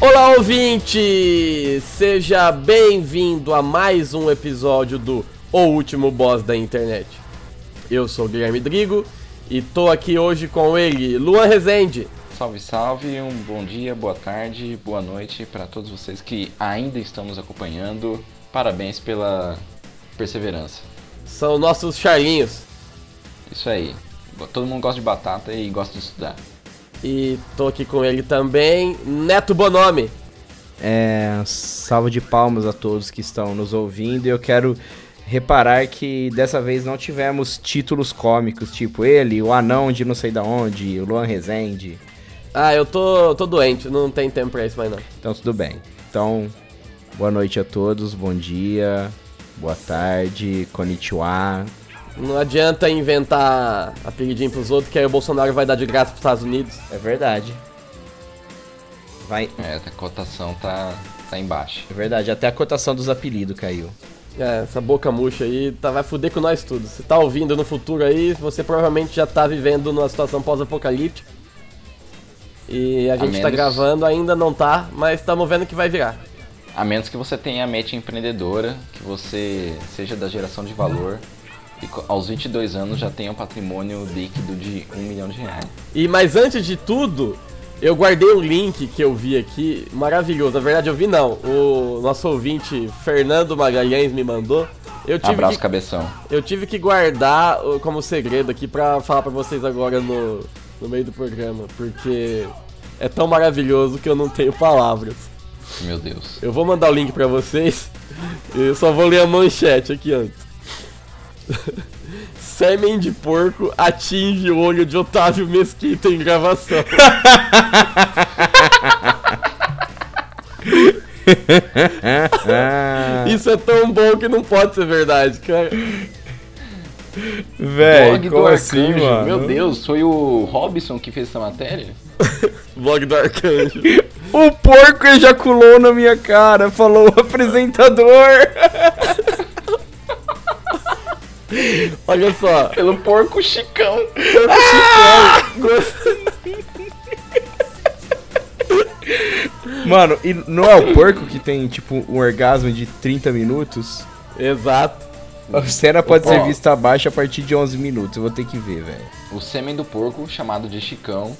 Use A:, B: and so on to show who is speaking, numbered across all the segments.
A: Olá, ouvinte! Seja bem-vindo a mais um episódio do O Último Boss da Internet. Eu sou o Guilherme Drigo e tô aqui hoje com ele, Luan Rezende.
B: Salve, salve, um bom dia, boa tarde, boa noite para todos vocês que ainda estão nos acompanhando. Parabéns pela perseverança.
A: São nossos charlinhos.
B: Isso aí. Todo mundo gosta de batata e gosta de estudar.
A: E tô aqui com ele também, Neto Bonome.
C: É, salvo de palmas a todos que estão nos ouvindo. E eu quero reparar que dessa vez não tivemos títulos cômicos, tipo ele, o anão de não sei da onde, o Luan Rezende.
A: Ah, eu tô, tô doente, não tem tempo pra isso mais não.
C: Então tudo bem. Então, boa noite a todos, bom dia, boa tarde, konnichiwa.
A: Não adianta inventar apelidinho pros outros, que aí o Bolsonaro vai dar de graça pros Estados Unidos.
C: É verdade. Vai,
B: É, a cotação tá, tá embaixo.
C: é verdade, até a cotação dos apelidos caiu.
A: É, essa boca murcha aí tá, vai fuder com nós tudo. Se tá ouvindo no futuro aí, você provavelmente já tá vivendo numa situação pós-apocalíptica. E a gente tá
B: menos-
A: gravando, ainda não tá, mas estamos vendo que vai virar.
B: A menos que você tenha a mente empreendedora, que você seja da geração de valor e co- aos 22 anos já tenha um patrimônio líquido de 1 milhão de reais.
A: E mas antes de tudo, eu guardei um link que eu vi aqui, maravilhoso. Na verdade eu vi não. O nosso ouvinte Fernando Magalhães me mandou. Eu tive
B: Abraço,
A: que-
B: cabeção.
A: Eu tive que guardar o- como segredo aqui pra falar pra vocês agora no, no meio do programa, porque é tão maravilhoso que eu não tenho palavras.
B: Meu Deus.
A: Eu vou mandar o link pra vocês, eu só vou ler a manchete aqui antes. Sêmen de porco atinge o olho de Otávio Mesquita em gravação.
C: Ah,
A: Isso é tão bom que não pode ser verdade, cara.
C: velho,
B: Blog do
C: assim,
B: Arcanjo. Meu Deus, foi o Robson que fez essa matéria?
A: Blog do Arcanjo.
C: O porco ejaculou na minha cara, falou o apresentador.
A: Olha só.
B: Pelo porco chicão.
C: Mano, e não é o porco que tem, tipo, um orgasmo de 30 minutos?
A: Exato.
C: A cena pode
B: Ó.
C: ser vista abaixo a partir de 11 minutos. Eu vou ter que ver, velho.
B: O sêmen do porco, chamado de chicão,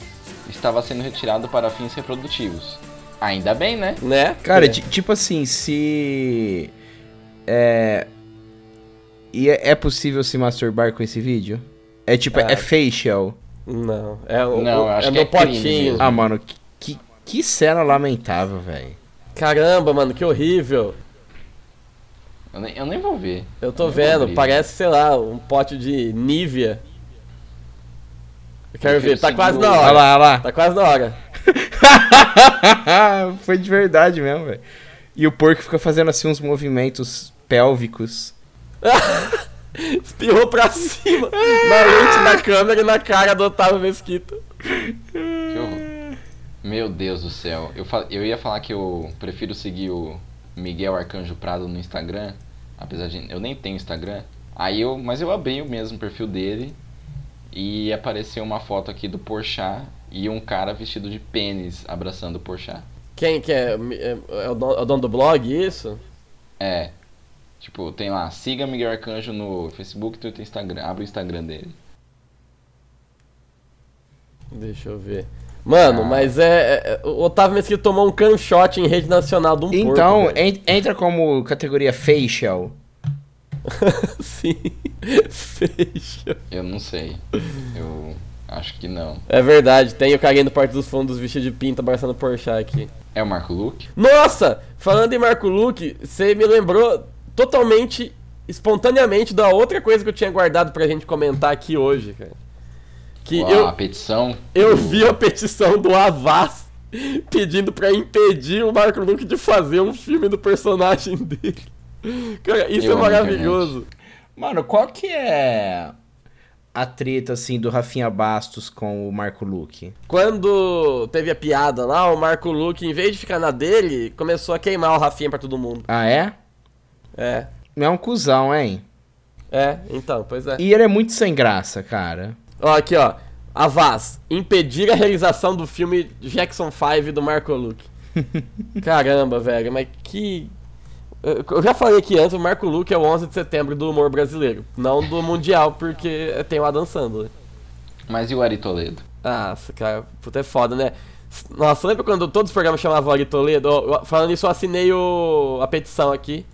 B: estava sendo retirado para fins reprodutivos. Ainda bem, né?
A: Né?
C: Cara, ti- tipo assim, se. É. E é é possível se masturbar com esse vídeo? É tipo, é,
A: Ah.
C: facial.
A: Não, é o
B: Não,
A: o-
B: eu acho
A: é
B: que
A: no
B: é crime
A: potinho.
B: mesmo.
C: Ah, mano, que- que, que cena lamentável, velho.
A: Caramba, mano, que horrível.
B: Eu nem, eu nem vou ver.
A: Eu tô
B: É
A: vendo,
B: horrível.
A: parece, sei lá, um pote de Nivea. Eu quero
B: Eu
A: ver,
B: quero
A: tá
B: seguir
A: quase
B: o-
A: na
C: Olha
A: hora.
C: lá, olha
A: Tá quase na hora.
C: lá. Foi de verdade mesmo, velho. E o porco fica fazendo assim uns movimentos pélvicos.
A: Espirrou pra cima, na lente da câmera e na cara do Otávio Mesquita.
B: Que horror. Meu Deus do céu. Eu, fa- eu ia falar que eu prefiro seguir o Miguel Arcanjo Prado no Instagram, apesar de eu nem tenho Instagram. Aí eu, mas eu abri o mesmo perfil dele e apareceu uma foto aqui do Porchat e um cara vestido de pênis abraçando o Porchat.
A: Quem que é? É o dono, é o dono do blog, isso?
B: É. Tipo, tem lá, siga Miguel Arcanjo no Facebook, Twitter, Instagram. Abre o Instagram dele.
A: Deixa eu ver. Mano,
B: Ah.
A: mas é, é- O Otávio Mesquita tomou um canshot em rede nacional de um
C: Então,
A: porco, velho.
C: en- entra como categoria facial.
A: Sim. Fecha.
B: Eu não sei. Eu acho que não.
A: É verdade, tem o carinha do Parque dos Fundos vestido de pinta abraçando Porchat aqui.
B: É o Marco Luque?
A: Nossa! Falando em Marco Luque, você me lembrou totalmente, espontaneamente, da outra coisa que eu tinha guardado pra gente comentar aqui hoje, cara. Que
B: Ou a
A: eu,
B: petição?
A: eu
B: do-
A: vi a petição do Avaz pedindo pra impedir o Marco Luque de fazer um filme do personagem dele. Cara, isso
B: Eu
A: é
B: amo
A: maravilhoso.
C: Mano, qual que é a treta, assim, do Rafinha Bastos com o Marco Luque?
A: Quando teve a piada lá, o Marco Luque, em vez de ficar na dele, começou a queimar o Rafinha pra todo mundo.
C: Ah, é?
A: É,
C: É um cuzão, hein?
A: é, então, pois é.
C: E ele é muito sem graça, cara.
A: Ó, aqui, ó. A Vaz, impedir a realização do filme Jackson 5 do Marco Luque. Caramba, velho, mas que. Eu eu já falei aqui antes, o Marco Luque é o 11 de setembro do humor brasileiro. Não do mundial, porque tem o Adam Sandler.
B: Mas e o Ari Toledo?
A: Nossa, cara, puta é foda, né? Nossa, lembra quando todos os programas chamavam Ari Toledo? Ó, eu- Falando isso, eu assinei o- a petição aqui.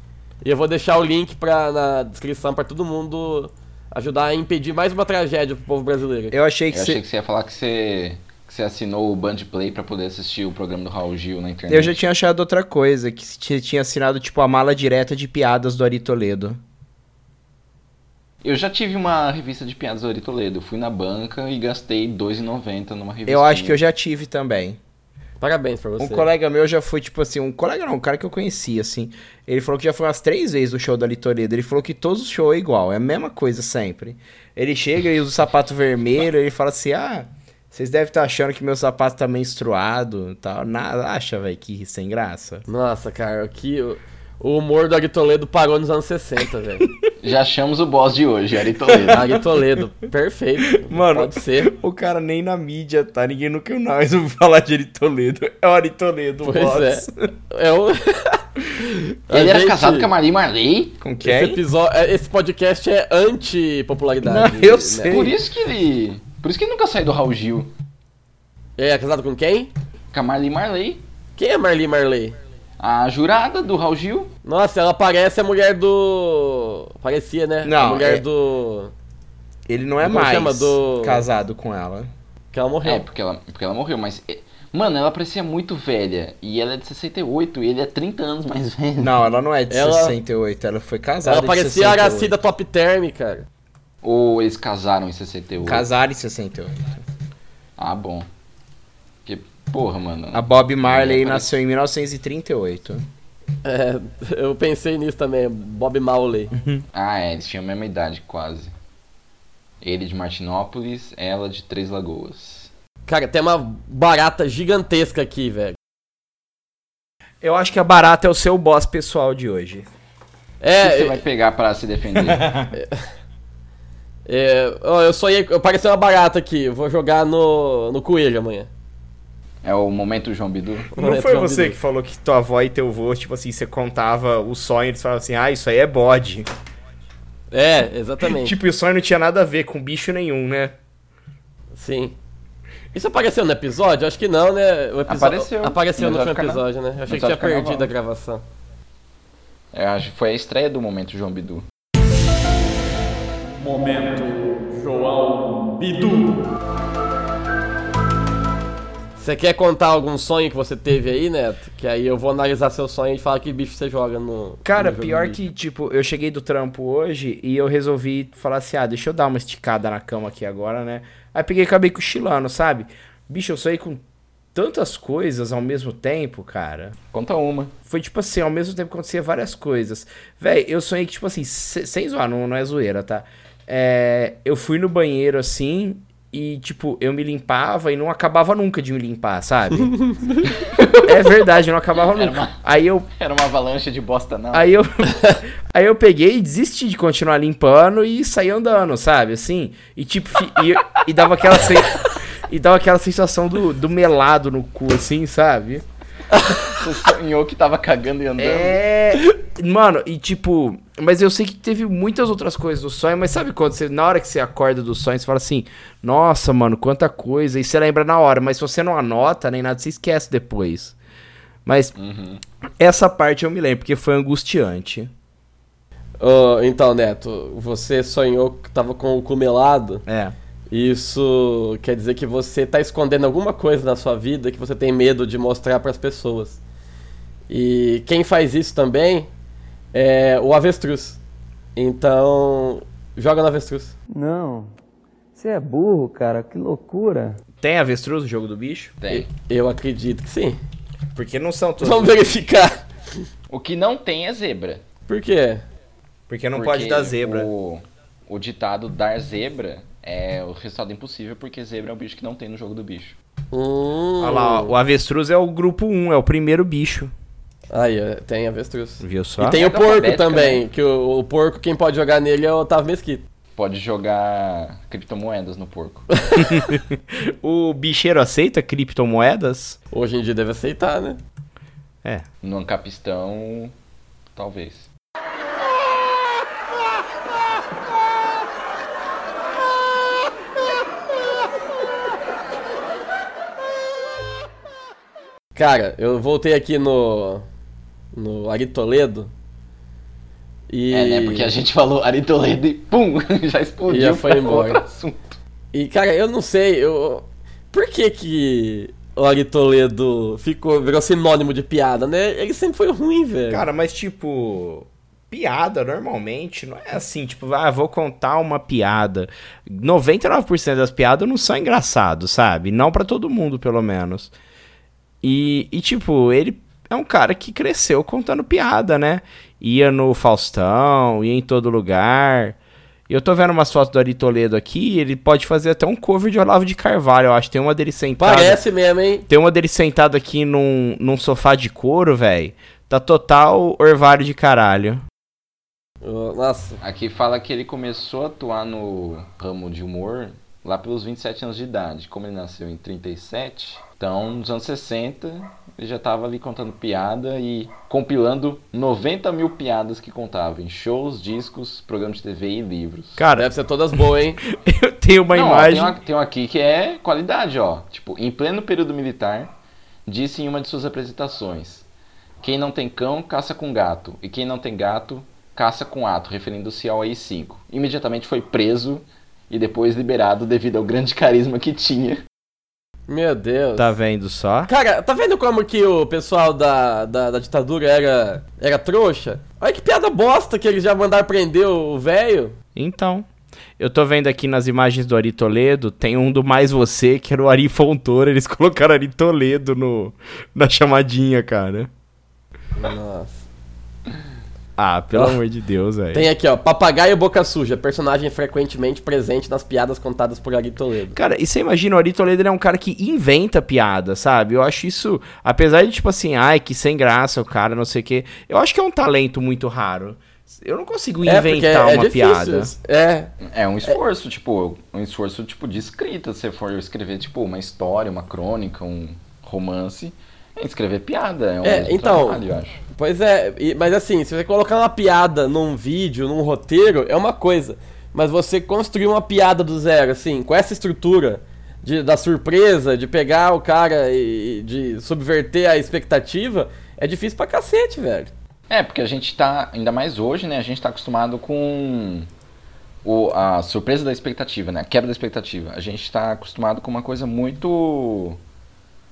A: E eu vou deixar o link pra, na descrição pra todo mundo ajudar a impedir mais uma tragédia pro povo brasileiro.
C: Eu achei que
B: Eu
C: você...
B: achei que você ia falar que você, que você assinou o Band Play pra poder assistir o programa do Raul Gil na internet.
C: Eu já tinha achado outra coisa, que você tinha assinado, tipo, a mala direta de piadas do Ari Toledo.
B: Eu já tive uma revista de piadas do Ari Toledo. Eu fui na banca e gastei R$2,90 numa revista.
C: Eu acho que eu já tive também.
A: Parabéns pra você.
C: Um colega meu já foi, tipo assim, um colega não, um cara que eu conhecia, assim. Ele falou que já foi umas três vezes no show da Litoredo. Ele falou que todos os shows é igual, é a mesma coisa sempre. Ele chega e usa o sapato vermelho, ele fala assim, ah, vocês devem estar achando que meu sapato tá menstruado e tal. Nada, acha, velho, que sem graça.
A: Nossa, cara, que o, o humor do Ari Toledo parou nos anos 60, velho.
B: Já achamos o boss de hoje, Ari Toledo.
A: Ari Toledo, perfeito.
C: Mano.
A: Pode ser.
C: O cara nem na mídia tá, ninguém no canal ouviu falar de Ari Toledo. É o Ari Toledo,
A: Pois é. É o...
B: Ele era
A: gente,
B: casado com a Maria Marley?
C: Com
A: Esse,
C: quem?
A: episódio, esse podcast é anti-popularidade. né?
C: Não, eu sei.
B: Por isso que ele... Por isso que ele nunca saiu do Raul Gil.
A: É casado com quem?
B: Com a Marli Marley.
A: Quem é Marli Marley?
B: A jurada do Raul Gil.
A: Nossa, ela parece a mulher do. Parecia, né? A
C: Não,
A: mulher
C: é-
A: do.
C: Ele não é
A: Como
C: mais
A: chama do-
C: casado com ela.
A: Que ela morreu.
B: É, porque ela, porque ela morreu, mas... é- Mano, ela parecia muito velha. E ela é de 68 e ele é 30 anos mais velho.
C: Não, ela não é de
A: Ela-
C: 68, ela foi casada
A: ela
C: de
A: parecia
B: um
A: a
C: 68.
A: Araci da Top Term, cara.
B: Ou eles casaram em 68.
C: Casaram em 68.
B: Ah, bom. Porque, porra, mano.
A: Ah,
C: A Bob Marley
B: É, parece-
C: nasceu em 1938.
A: É, eu pensei nisso também, Bob Mauley.
B: Ah, é, eles tinham a mesma idade, quase. Ele de Martinópolis, ela de Três Lagoas.
A: Cara, tem uma barata gigantesca aqui, velho.
C: Eu acho que a barata é o seu boss pessoal de hoje.
B: O que você
A: É,
B: vai pegar pra se defender?
A: é, ó, eu sonhei. Eu pareci uma barata aqui. Eu vou jogar no, no coelho amanhã.
B: é o momento João Bidu?
A: É,
D: Não foi
A: João
D: você
A: Bidu.
D: que falou que tua avó e teu avô, tipo assim, você contava o sonho, eles falavam assim, ah, isso aí é bode.
A: É, exatamente.
D: Tipo, e o sonho não tinha nada a ver com bicho nenhum, né?
A: Sim. Isso apareceu no episódio? Acho que não, né? O episo-
B: Apareceu.
A: Apareceu no
B: No
A: último
B: episódio do
A: episódio, né? Eu achei que
B: No
A: tinha
B: episódio do carnaval.
A: perdido a gravação.
B: Eu acho que foi a estreia do momento João Bidu.
A: Você quer contar algum sonho que você teve aí, Neto? Que aí eu vou analisar seu sonho e falar que bicho você joga no.
C: Cara,
A: no jogo
C: pior
A: do bicho.
C: que, tipo, eu cheguei do trampo hoje e eu resolvi falar assim, ah, deixa eu dar uma esticada na cama aqui agora, né? Aí peguei e acabei cochilando, sabe? Bicho, eu sonhei com tantas coisas ao mesmo tempo, cara.
B: Conta uma.
C: Foi tipo assim, ao mesmo tempo que acontecia várias coisas. Véi, eu sonhei que, tipo assim, se- sem zoar, não, não é zoeira, tá? É, eu fui no banheiro assim e, tipo, eu me limpava e não acabava nunca de me limpar, sabe? é verdade, eu não acabava
B: Era
C: nunca.
B: uma-
C: Aí eu.
B: Era uma avalanche de bosta, não.
A: Ah.
C: Aí eu, aí eu peguei e desisti de continuar limpando e saí andando, sabe? Assim. E tipo, fi- e, e dava aquela sen- e dava aquela sensação do, do melado no cu, assim, sabe?
B: Você sonhou que tava cagando e andando.
C: É. Mano, e tipo. Mas eu sei que teve muitas outras coisas do sonho, mas sabe quando você. Na hora que você acorda do sonho, você fala assim: Nossa, mano, quanta coisa. E você lembra na hora, mas se você não anota nem nada, você esquece depois. Mas essa parte eu me lembro, porque foi angustiante.
A: Ô, então, Neto, você sonhou que tava com o cumelado.
C: É.
A: Isso quer dizer que você tá escondendo alguma coisa na sua vida que você tem medo de mostrar pras pessoas. E quem faz isso também é o avestruz. Então, joga no avestruz.
E: Não.
F: Você é burro, cara, que loucura.
C: Tem avestruz no jogo do bicho?
B: Tem.
A: Eu acredito que sim.
C: Porque não são todos.
A: Vamos verificar.
B: O que não tem é zebra.
A: Por quê?
C: Porque não
B: Porque
C: pode dar zebra.
B: O, o ditado dar zebra é o resultado impossível, porque zebra é um bicho que não tem no jogo do bicho.
A: Hum.
C: Olha lá, ó, o avestruz é o grupo 1, é o primeiro bicho.
A: Aí, ó, tem avestruz.
C: Viu só?
A: E tem o
B: Ordem
A: porco
B: alfabética,
A: também, que o, o porco, quem pode jogar nele é o Otávio Mesquita.
B: Pode jogar criptomoedas no porco.
C: O bicheiro aceita criptomoedas?
A: Hoje em dia deve aceitar, né?
C: É.
B: No ancapistão, talvez.
A: Cara, eu voltei aqui no. No Ari Toledo. E.
B: É, né? Porque a gente falou Ari Toledo e pum, já explodiu.
A: E já foi
B: pra
A: embora.
B: outro assunto.
A: E, cara, eu não sei, eu. Por que que. O Ari Toledo ficou, virou sinônimo de piada, né? Ele sempre foi ruim, velho.
C: Cara, mas tipo, piada normalmente não é assim, tipo, ah, vou contar uma piada. 99% das piadas não são engraçadas, sabe? Não pra todo mundo, pelo menos. E, e, tipo, ele é um cara que cresceu contando piada, né? Ia no Faustão, ia em todo lugar. Eu tô vendo umas fotos do Ari Toledo aqui, ele pode fazer até um cover de Olavo de Carvalho, eu acho. Tem uma dele sentada.
A: Parece mesmo, hein?
C: Tem uma dele sentado aqui num, num sofá de couro, velho. Tá total orvalho de caralho.
A: Ô, Nossa,
B: Aqui fala que ele começou a atuar no ramo de humor lá pelos 27 anos de idade. Como ele nasceu em 37, então nos anos 60 ele já tava ali contando piada e compilando 90 mil piadas que contava em shows, discos, programas de TV e livros.
C: Cara,
A: deve ser todas boas, hein?
C: eu tenho uma
B: Não, ó,
C: imagem.
B: Tem, uma, tem uma aqui que é qualidade, ó. Tipo, em pleno período militar, disse em uma de suas apresentações: Quem não tem cão, caça com gato. E quem não tem gato, caça com ato, referindo-se ao AI-5. Imediatamente foi preso e depois liberado devido ao grande carisma que tinha.
A: Meu Deus.
C: Tá vendo só?
A: Cara, tá vendo como que o pessoal da, da, da ditadura era, era trouxa? Olha que piada bosta que eles já mandaram prender o velho.
C: Então. Eu tô vendo aqui nas imagens do Ari Toledo, tem um do Mais Você, que era o Ari Fontoura. Eles colocaram Ari Toledo no, na chamadinha, cara.
A: Nossa.
C: Ah, pelo
A: Ah.
C: amor de Deus, velho.
A: Tem aqui, ó, Papagaio Boca Suja, personagem frequentemente presente nas piadas contadas por Ari Toledo.
C: Cara, e você imagina, o Ari Toledo ele é um cara que inventa piada, sabe? Eu acho isso, apesar de tipo assim, ai, que sem graça o cara, não sei o quê, eu acho que é um talento muito raro. Eu não consigo
A: É, porque
C: inventar uma piada.
A: difícil. É,
B: É um esforço, tipo, um esforço tipo de escrita. Se você for escrever, tipo, uma história, uma crônica, um romance, é escrever piada. É, um
A: É, então,
B: trabalho, eu acho.
A: pois é, e- mas assim, se você colocar uma piada num vídeo, num roteiro, é uma coisa. Mas você construir uma piada do zero, assim, com essa estrutura de, da surpresa, de pegar o cara e e de subverter a expectativa, é difícil pra cacete, velho.
B: É, porque a gente tá, ainda mais hoje, né? A gente tá acostumado com o, a surpresa da expectativa, né? A quebra da expectativa. A gente tá acostumado com uma coisa muito.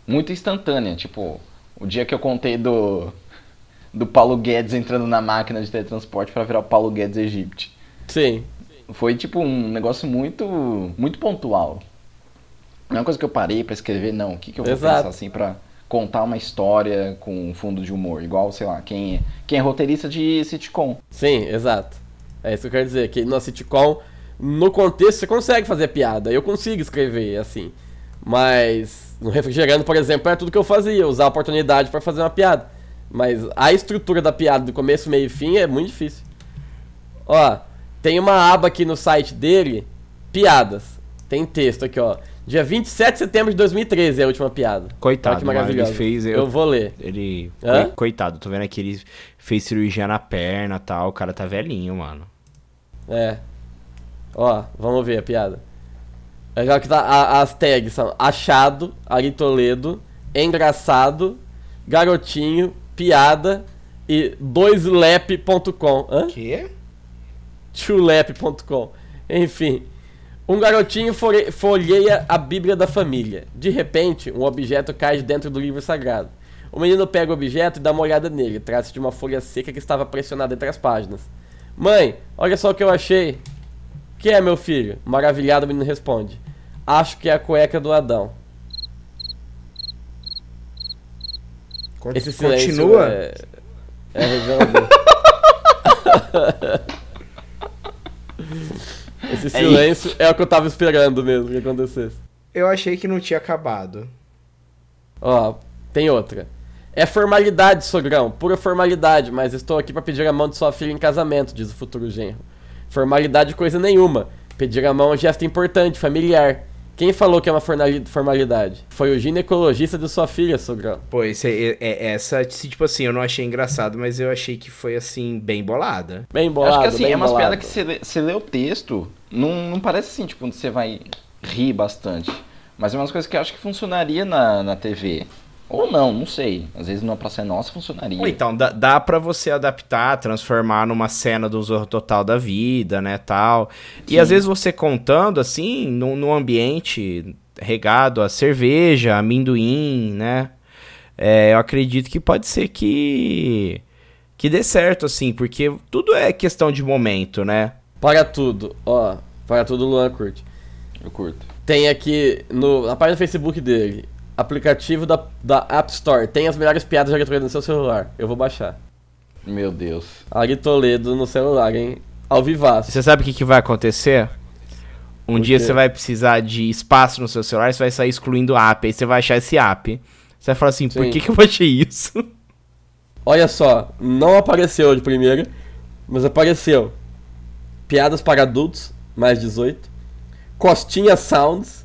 B: muito instantânea. Tipo, o dia que eu contei do. do Paulo Guedes entrando na máquina de teletransporte pra virar o Paulo Guedes Egipte.
A: Sim.
B: Foi, tipo, um negócio muito. muito pontual. Não é uma coisa que eu parei pra escrever, não. O que, que eu vou
A: Exato.
B: pensar assim pra contar uma história com um fundo de humor? Igual, sei lá, quem é, quem é roteirista de sitcom.
A: Sim, exato. É isso que eu quero dizer, que na sitcom, no contexto, você consegue fazer piada. Eu consigo escrever, assim. Mas no refrigerando, por exemplo, era tudo que eu fazia, usar a oportunidade pra fazer uma piada. Mas a estrutura da piada do começo, meio e fim é muito difícil. Ó, tem uma aba aqui no site dele, piadas. Tem texto aqui, ó. Dia 27 de setembro de 2013 é a última piada.
C: Coitado,
A: Olha que
C: mano, ele
A: maravilhoso.
C: fez. Eu,
A: Eu vou ler.
C: Ele.
A: Hã?
C: coi- Coitado, tô vendo aqui, ele fez cirurgia na perna e tal. O cara tá velhinho, mano.
A: É. Ó, vamos ver a piada. É legal que tá, a- as tags são achado, Ari Toledo, engraçado, garotinho, piada e doislap.com. Hã?
C: Quê?
A: Chulep.com. Enfim. Um garotinho fore- folheia a Bíblia da família. De repente, um objeto cai de dentro do livro sagrado. O menino pega o objeto e dá uma olhada nele. Trata-se de uma folha seca que estava pressionada entre as páginas. Mãe, olha só o que eu achei. Que é, meu filho? Maravilhado, o menino responde. Acho que é a cueca do Adão.
C: Con-
A: Esse silêncio
C: Continua?
A: é, é revelador. Esse silêncio é, o que eu tava esperando mesmo que acontecesse.
C: Eu achei que não tinha acabado.
A: Ó, tem outra. É formalidade, sogrão, pura formalidade, mas estou aqui pra pedir a mão de sua filha em casamento, diz o futuro genro. Formalidade coisa nenhuma. Pedir a mão é um gesto importante, familiar. Quem falou que é uma fornali- formalidade? Foi o ginecologista de sua filha, sogrão.
C: Pô, esse, é, é- essa, se, tipo assim, eu não achei engraçado, mas eu achei que foi, assim, bem bolada.
A: Bem
B: Eu
A: bolado,
B: acho que assim,
A: bem
B: é umas
A: bolado.
B: piadas que você lê, você lê o texto, não, não parece assim, tipo, você vai rir bastante. Mas é umas coisas que eu acho que funcionaria na, na TV. Ou não, não sei. Às vezes numa praça é nossa funcionaria.
C: Ou então, dá, dá para você adaptar, transformar numa cena do Zorro Total da vida, né, tal. E às vezes você contando, assim, num, num ambiente regado a cerveja, amendoim, né? É, eu acredito que pode ser que que dê certo, assim, porque tudo é questão de momento, né?
A: Para tudo, ó. Para tudo, Luan curte.
B: Eu curto.
A: Tem aqui no, na página do Facebook dele, aplicativo da, da App Store. Tem as melhores piadas já que no seu celular. Eu vou baixar.
B: Meu Deus.
A: Ari Toledo no celular, hein? Ao vivaço.
C: Você sabe o que, que vai acontecer? Um
A: O
C: dia
A: quê?
C: você vai precisar de espaço no seu celular, você vai sair excluindo o app, aí você vai achar esse app. Você vai falar assim, por
A: Sim.
C: que, que eu baixei isso?
A: Olha só, não apareceu de primeira, mas apareceu. Piadas para adultos, mais 18. Costinha Sounds.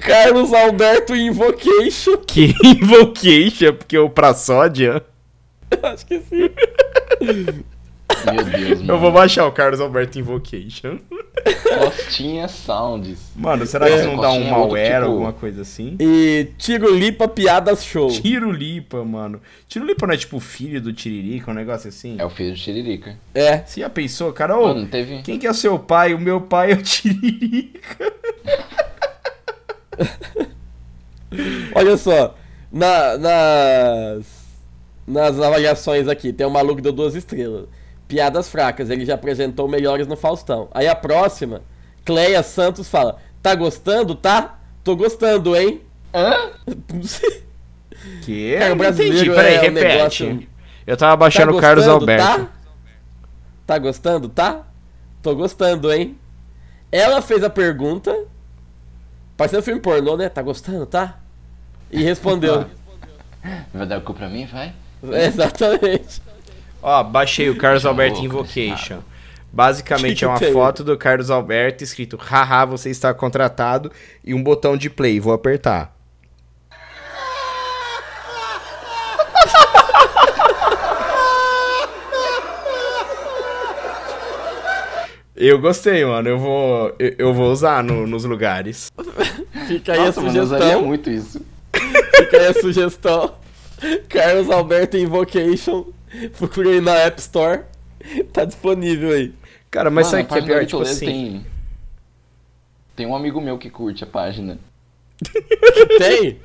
A: Carlos Alberto Invocation.
C: Que Invocation, porque o pra sódia.
A: Acho que sim.
B: Meu Deus, mano.
C: Eu vou baixar o Carlos Alberto Invocation.
B: Costinha Sounds.
C: Mano, será
B: É,
C: que não dá um
B: Costinha é outro
C: malware,
B: tipo-
C: alguma coisa assim?
A: E Tiro Lipa Piadas Show.
C: Tirulipa, mano. Tirulipa não é tipo filho do Tiririca, um negócio assim?
B: É o filho do Tiririca.
A: É.
C: Você já pensou, cara? Ô,
B: Mano, teve.
C: quem que é o seu pai? O meu pai é o Tiririca.
A: Olha só. na- nas. Nas avaliações aqui, tem um maluco que deu duas estrelas. Piadas fracas, ele já apresentou melhores no Faustão. Aí a próxima, Cleia Santos fala: Tá gostando, tá? Tô gostando, hein?
B: Hã?
A: Não sei.
C: Que?
A: Cara, o
C: Eu não
A: brasileiro
C: entendi, peraí,
A: é um
C: repete.
A: negócio-
C: Eu tava baixando o Carlos Alberto.
A: Tá? tá gostando, tá? Tô gostando, hein? Ela fez a pergunta. Parecendo filme pornô, né? Tá gostando, tá? E
C: Tá.
A: respondeu.
B: Vai dar o cu pra mim? Vai.
A: Exatamente.
C: Ó, baixei o Carlos Alberto
B: louco,
C: Invocation. Basicamente
A: Que
C: é uma
A: que tem?
C: foto do Carlos Alberto escrito haha, você está contratado e um botão de play, vou apertar. Eu gostei, mano. Eu vou, eu, eu vou usar no- nos lugares.
A: Fica aí
B: Nossa,
A: a
B: mano, eu
A: sugestão.
C: tá-
B: usaria muito isso.
A: Fica aí a sugestão. Carlos Alberto Invocation. Procurei na App Store. Tá disponível aí.
C: Cara, mas
B: Mano,
C: sabe o
B: a
C: que é
B: página
C: pior?
B: do
C: Tipo
B: Toledo
C: assim.
B: Tem... tem um amigo meu que curte a página.
A: Tem?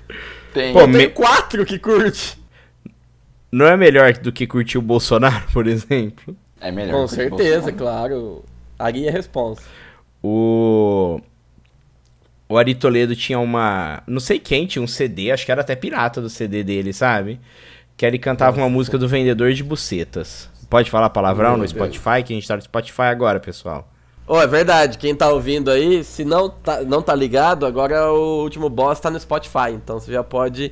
B: Tem.
C: Pô, me-
A: Tem quatro que curte.
C: Não é melhor do que curtir o Bolsonaro, por exemplo?
B: É melhor.
A: Com
B: que o Bolsonaro.
A: certeza, claro. Aí é responsa.
C: O. O Ari Toledo tinha uma. Não sei quem, tinha um CD, acho que era até pirata do CD dele, sabe? Que ele cantava uma música do vendedor de bucetas. Pode falar palavrão no Spotify, que a gente tá no Spotify agora, pessoal.
A: Ô, é verdade, quem tá ouvindo aí, se não tá, não tá ligado, agora o último boss tá no Spotify, então você já pode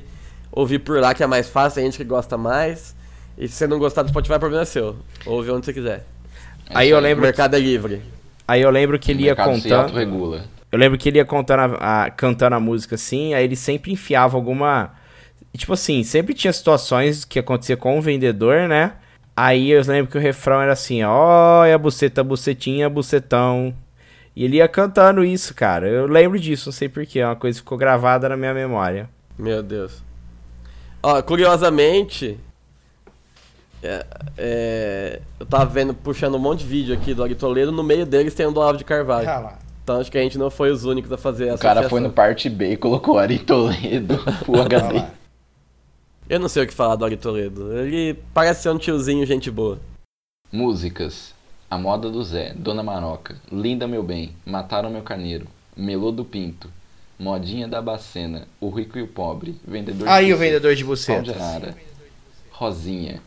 A: ouvir por lá que é mais fácil, tem gente que gosta mais. E se você não gostar do Spotify, o problema é seu. Ouve onde você quiser.
B: É
C: Aí
B: isso
C: eu
A: O
C: lembro,
A: mercado é livre.
C: aí eu lembro que
B: O
C: ele ia
B: mercado se
C: contando.
B: autorregula.
C: Eu lembro que ele ia contando a, a- cantando a música assim, aí ele sempre enfiava alguma. Tipo assim, sempre tinha situações que acontecia com o vendedor, né? Aí eu lembro que o refrão era assim, ó, é a buceta, bucetinha, bucetão. E ele ia cantando isso, cara. Eu lembro disso, não sei porquê. É uma coisa que ficou gravada na minha memória.
A: Meu Deus. Ó, curiosamente, é- é, eu tava vendo, puxando um monte de vídeo aqui do Ari Toledo, no meio deles tem um do Olavo de Carvalho.
C: Ah. Tá
A: Então acho que a gente não foi os únicos a fazer essa
B: O cara foi no parte B e colocou Ari Toledo pro HD.
A: Eu não sei o que falar do Ari Toledo. Ele parece ser um tiozinho gente boa.
B: Músicas. A Moda do Zé, Dona Maroca, Linda Meu Bem, Mataram Meu Carneiro, Melô do Pinto, Modinha da Bacena, O Rico e o Pobre, Vendedor
C: Aí o
B: Bucetas,
C: vendedor
B: Pau
C: de
B: de
C: bucetas.
B: Arara, é Rosinha.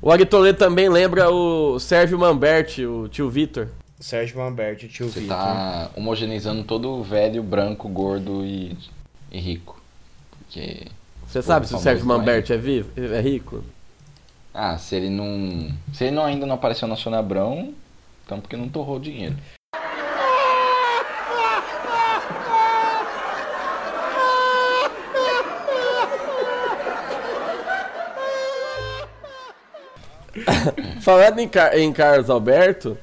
A: O Ari Toledo também lembra o Sérgio Mamberti, o tio Vitor.
C: Sérgio Mamberti, tio
B: Você
C: Vitor.
B: tá homogeneizando todo o velho, branco, gordo e, e rico. Porque.
A: Você sabe se o
B: famoso
A: Sérgio
B: não é
A: Mamberti é vivo? É rico?
B: Ah, se ele não. Se ele não ainda não apareceu na Sônia Abrão, então porque não torrou o dinheiro.
A: Falando em, Car- em Carlos Alberto,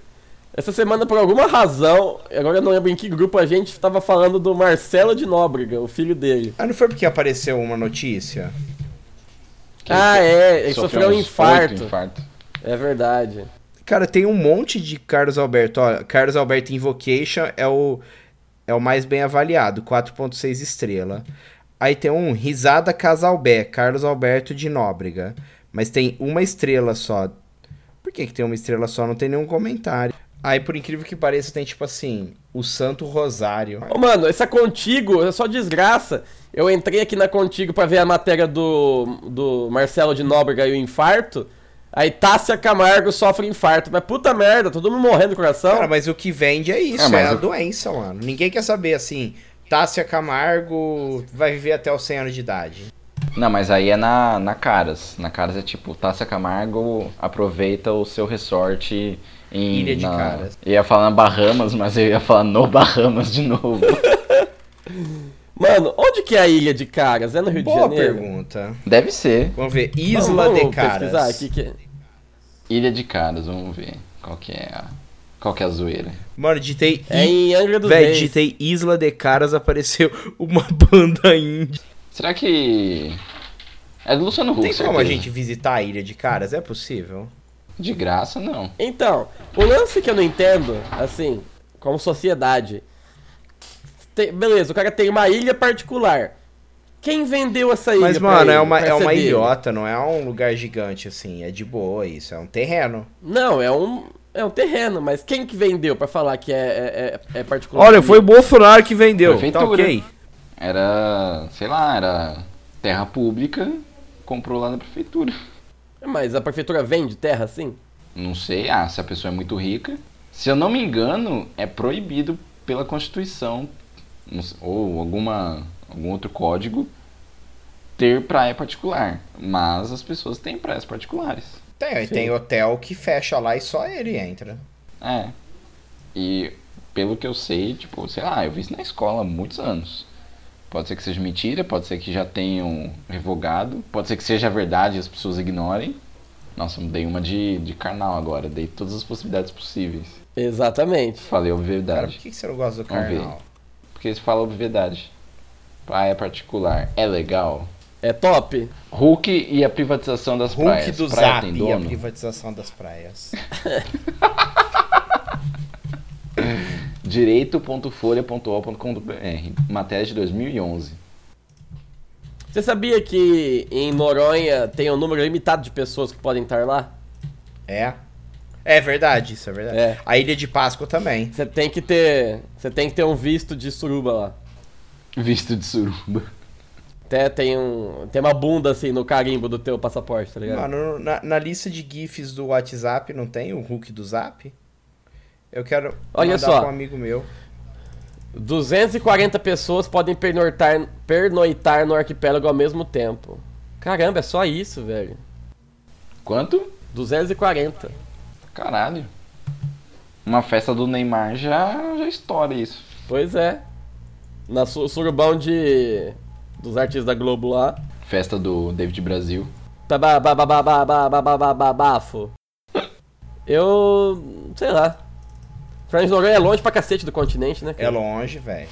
A: essa semana por alguma razão, agora eu não lembro em que grupo a gente estava falando do Marcelo de Nóbrega, o filho dele.
C: Ah, não foi porque apareceu uma notícia?
B: Que
A: ah,
B: ele
A: é, ele sofreu, um
B: uns
A: infarto.
B: oito infarto.
A: É verdade.
C: Cara, tem um monte de Carlos Alberto. Ó, Carlos Alberto Invocation é o, é o mais bem avaliado, 4.6 estrela. Aí tem um Risada Casalbé, Carlos Alberto de Nóbrega. Mas tem uma estrela só. Por que, que tem uma estrela só? Não tem nenhum comentário. Aí, por incrível que pareça, tem tipo assim, o Santo Rosário.
A: Ô, mano, essa Contigo é só desgraça. Eu entrei aqui na Contigo pra ver a matéria do, do Marcelo de Nóbrega e o infarto. Aí Tássia Camargo sofre infarto. Mas puta merda, todo mundo morrendo do coração.
C: Cara, mas o que vende é isso,
B: Ah,
C: é
B: mas
C: a
B: o-
C: doença, mano. Ninguém quer saber, assim, Tássia Camargo vai viver até os 100 anos de idade.
B: Não, mas aí é na, na Caras. Na Caras é tipo, Tássia Camargo aproveita o seu ressorte em.
C: Ilha de
B: na-
C: Caras.
B: Eu ia falar Bahamas, mas eu ia falar no Bahamas de novo.
A: Mano, onde que é a ilha de Caras? É no Rio de
C: Boa
A: Janeiro?
C: pergunta.
B: Deve ser
C: Vamos ver,
A: Vamos-
C: Isla
A: vamos
C: de Caras.
A: pesquisar aqui que-
B: Ilha de Caras, vamos ver qual que é a, qual que é a zoeira.
C: Mano, digitei.
A: É
C: I...
A: em Angra dos
C: Véi,
A: Reis.
C: digitei Isla de Caras, apareceu uma banda índia.
B: Será que. É do Luciano Huck,
C: Tem como a
B: certeza.
C: gente visitar a Ilha de Caras? É possível?
B: De graça, não.
A: Então, o lance que eu não entendo, assim, como sociedade. Tem- beleza, o cara tem uma ilha particular. Quem vendeu essa ilha?
C: Mas,
A: pra
C: mano,
A: ele,
C: é uma,
A: pra
C: é
A: ser
C: uma
A: dele?
C: ilhota, não é um lugar gigante, assim. É de boa isso, é um terreno.
A: Não, é um. É um terreno, mas quem que vendeu pra falar que é, é, é- é particular?
G: Olha, foi o Bolsonaro que vendeu.
B: Prefeitura.
G: Tá ok.
B: Era. sei lá, era terra pública, comprou lá na prefeitura.
A: Mas a prefeitura vende terra assim?
B: Não sei, ah, se a pessoa é muito rica. Se eu não me engano, é proibido pela Constituição não sei, ou alguma algum outro código ter praia particular, mas as pessoas têm praias particulares.
C: Tem, tem hotel que fecha lá e só ele entra.
B: É. E pelo que eu sei, tipo, sei lá, eu vi isso na escola há muitos anos. Pode ser que seja mentira, pode ser que já tenham revogado, pode ser que seja verdade e as pessoas ignorem. Nossa, eu dei uma de, de carnal agora, dei todas as possibilidades possíveis.
A: Exatamente.
B: Falei a
C: Cara, por
B: obviedade.
C: que que você não gosta do
B: Vamos ver.
C: carnal?
B: Porque se fala obviedade. Praia particular é legal.
A: É top?
B: Hulk e a privatização das
C: Hulk
B: praias.
C: do
B: Praia
C: Zap
B: tem
C: e a
B: dono?
C: privatização das praias.
B: Direito.folha.ol.com.br. é, Matéria de 2011.
A: Você sabia que em Noronha tem um número limitado de pessoas que podem estar lá?
C: É? É verdade, isso é verdade.
A: É.
C: A Ilha de Páscoa também.
A: Você tem que ter. Você tem que ter um visto de suruba lá.
B: Visto de suruba.
A: Até tem um. Tem uma bunda assim no carimbo do teu passaporte, tá ligado?
C: Mano, na, na lista de GIFs do WhatsApp não tem o Hulk do Zap? Eu quero
A: Olha
C: mandar
A: só.
C: pra um amigo meu.
A: 240 pessoas podem pernoitar, pernoitar no arquipélago ao mesmo tempo. Caramba, é só isso, velho.
B: Quanto?
A: 240.
B: Caralho. Uma festa do Neymar já, já estoura isso.
A: Pois é. Na su- surubão de. Dos artistas da Globo lá.
B: Festa do David Brasil.
A: Tá ba- ba- ba- ba- ba- ba- ba- ba- ba- ba- Bafo. Eu. sei lá. Fernando de Noronha é longe pra cacete do continente, né? cara?
C: É longe, velho.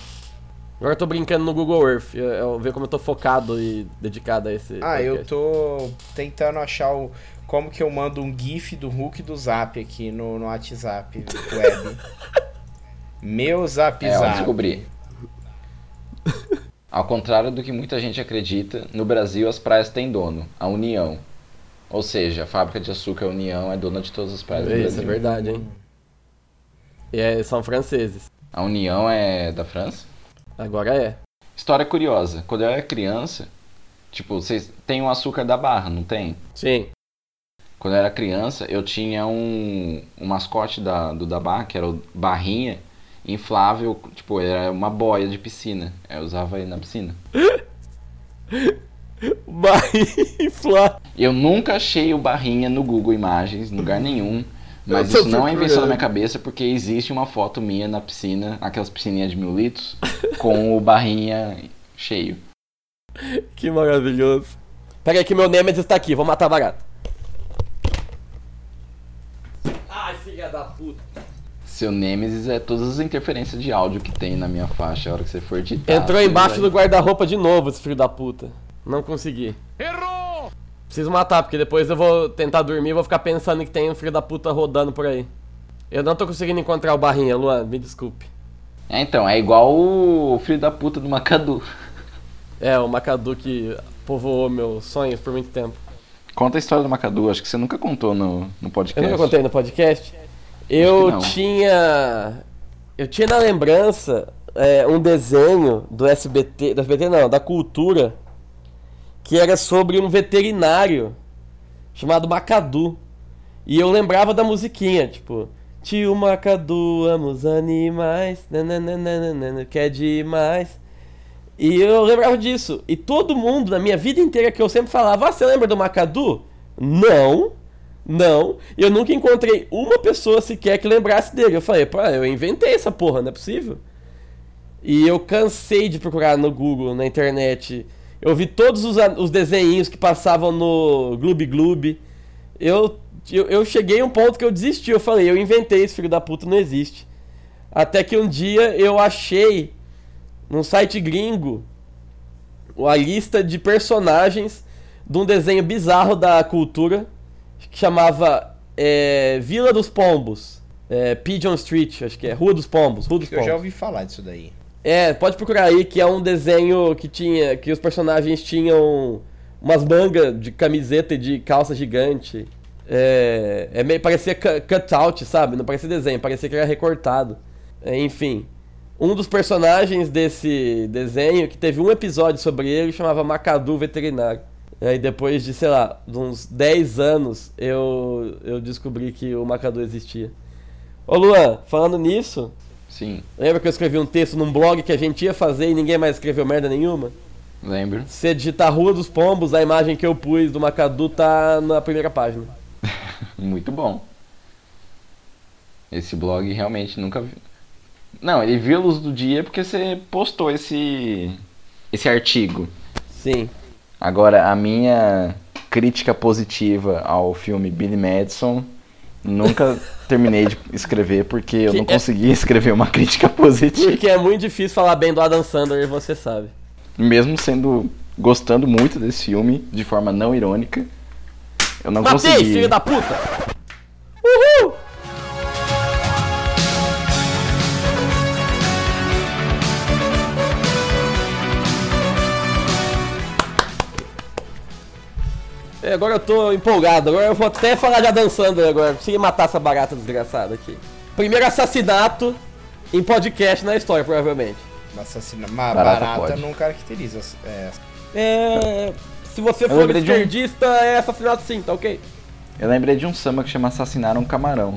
A: Agora eu tô brincando no Google Earth. Eu, eu ver como eu tô focado e dedicado a esse.
C: Ah, eu
A: podcast.
C: tô tentando achar o. Como que eu mando um GIF do Hulk do Zap aqui no, no WhatsApp web. meu Zap
B: É, eu
C: Zap.
B: descobri. Ao contrário do que muita gente acredita, no Brasil as praias têm dono, a União. Ou seja, a fábrica de açúcar União é dona de todas as praias do
A: É, Isso é
B: Brasil.
A: verdade, hein? E é- são franceses.
B: A União é da França?
A: Agora é.
B: História curiosa. Quando eu era criança, tipo, vocês tem um açúcar da Barra, não tem?
A: Sim.
B: Quando eu era criança, eu tinha um, um mascote da, do da Barra, que era o Barrinha, inflável, tipo, era uma boia de piscina. Eu usava ele na piscina.
A: Bahia Flá.
B: Eu nunca achei o Barrinha no Google Imagens, em lugar nenhum. Mas
A: Eu tô
B: isso não é invenção
A: procurando.
B: da minha cabeça, porque existe uma foto minha na piscina, aquelas piscininhas de mil litros, com o Barrinha cheio.
A: Que maravilhoso. Pega aí que meu Nemesis tá aqui, vou matar barato. Ai, filha da puta.
B: Seu Nemesis é todas as interferências de áudio que tem na minha faixa, a hora que você for digitar.
A: Entrou
B: você
A: embaixo do
B: vai-
A: guarda-roupa de novo, esse filho da puta. Não consegui. Errou! Preciso matar, porque depois eu vou tentar dormir e vou ficar pensando que tem um filho da puta rodando por aí. Eu não tô conseguindo encontrar o barrinha, Luan, me desculpe.
B: É, então, é igual o filho da puta do Macadu.
A: É, o Macadu que povoou meus sonhos por muito tempo.
B: Conta a história do Macadu, acho que você nunca contou no, no
A: Eu
B: podcast.
A: nunca contei no podcast. Eu
B: não.
A: tinha. Eu tinha na lembrança é, um desenho do SBT. Do SBT não, da cultura. Que era sobre um veterinário chamado Macadu. E eu lembrava da musiquinha, tipo. Tio Macadu, ama os animais. né, Nananana, quer né, é demais. E eu lembrava disso. E todo mundo, na minha vida inteira, que eu sempre falava, ah, você lembra do Macadu? Não, não. E eu nunca encontrei uma pessoa sequer que lembrasse dele. Eu falei, pô, eu inventei essa porra, não é possível. E eu cansei de procurar no Google, na internet. Eu vi todos os, an- os desenhinhos que passavam no Gloob Gloob. Eu, eu, eu cheguei a um ponto que eu desisti. Eu falei, eu inventei esse filho da puta, não existe. Até que um dia eu achei num site gringo a lista de personagens de um desenho bizarro da cultura que chamava é, Vila dos Pombos. É, Pigeon Street, acho que é. Rua dos Pombos. Rua dos
C: Eu
A: Pombos.
C: já ouvi falar disso daí.
A: É, pode procurar aí que é um desenho que tinha, que os personagens tinham umas mangas de camiseta e de calça gigante. É, é meio parecia cu- cutout, sabe? Não parecia desenho, parecia que era recortado. É, enfim, um dos personagens desse desenho que teve um episódio sobre ele chamava Macadu Veterinário. Aí depois de, sei lá, de uns 10 anos, eu eu descobri que o Macadu existia. Ô Luan, falando nisso,
B: Sim,
A: Lembra que eu escrevi um texto num blog que a gente ia fazer e ninguém mais escreveu merda nenhuma?
B: lembro.
A: Se você digitar Rua dos Pombos, a imagem que eu pus do Macadu tá na primeira página.
B: Muito bom. Esse blog realmente nunca vi. Não, ele viu a luz do dia porque você postou esse esse artigo.
A: Sim.
B: Agora a minha crítica positiva ao filme Billy Madison nunca terminei de escrever porque eu
A: Que
B: não
A: é-
B: consegui escrever uma crítica positiva,
A: Porque é muito difícil falar bem do Adam Sandler, você sabe.
B: mesmo sendo gostando muito desse filme de forma não irônica. Eu não
A: Matei,
B: consegui.
A: filho da puta! Uhul! É, agora eu tô empolgado, agora eu vou até falar de Adam Sandler agora, consegui matar essa barata desgraçada aqui. Primeiro assassinato em podcast na história, provavelmente.
C: Assassina. Mas
B: Barata
C: barata,
B: pode.
C: não caracteriza. É,
A: É. Se você for
B: lembrei de um-
A: esquerdista, é assassinato sim, tá ok?
B: Eu lembrei de um samba que chama Assassinaram um Camarão.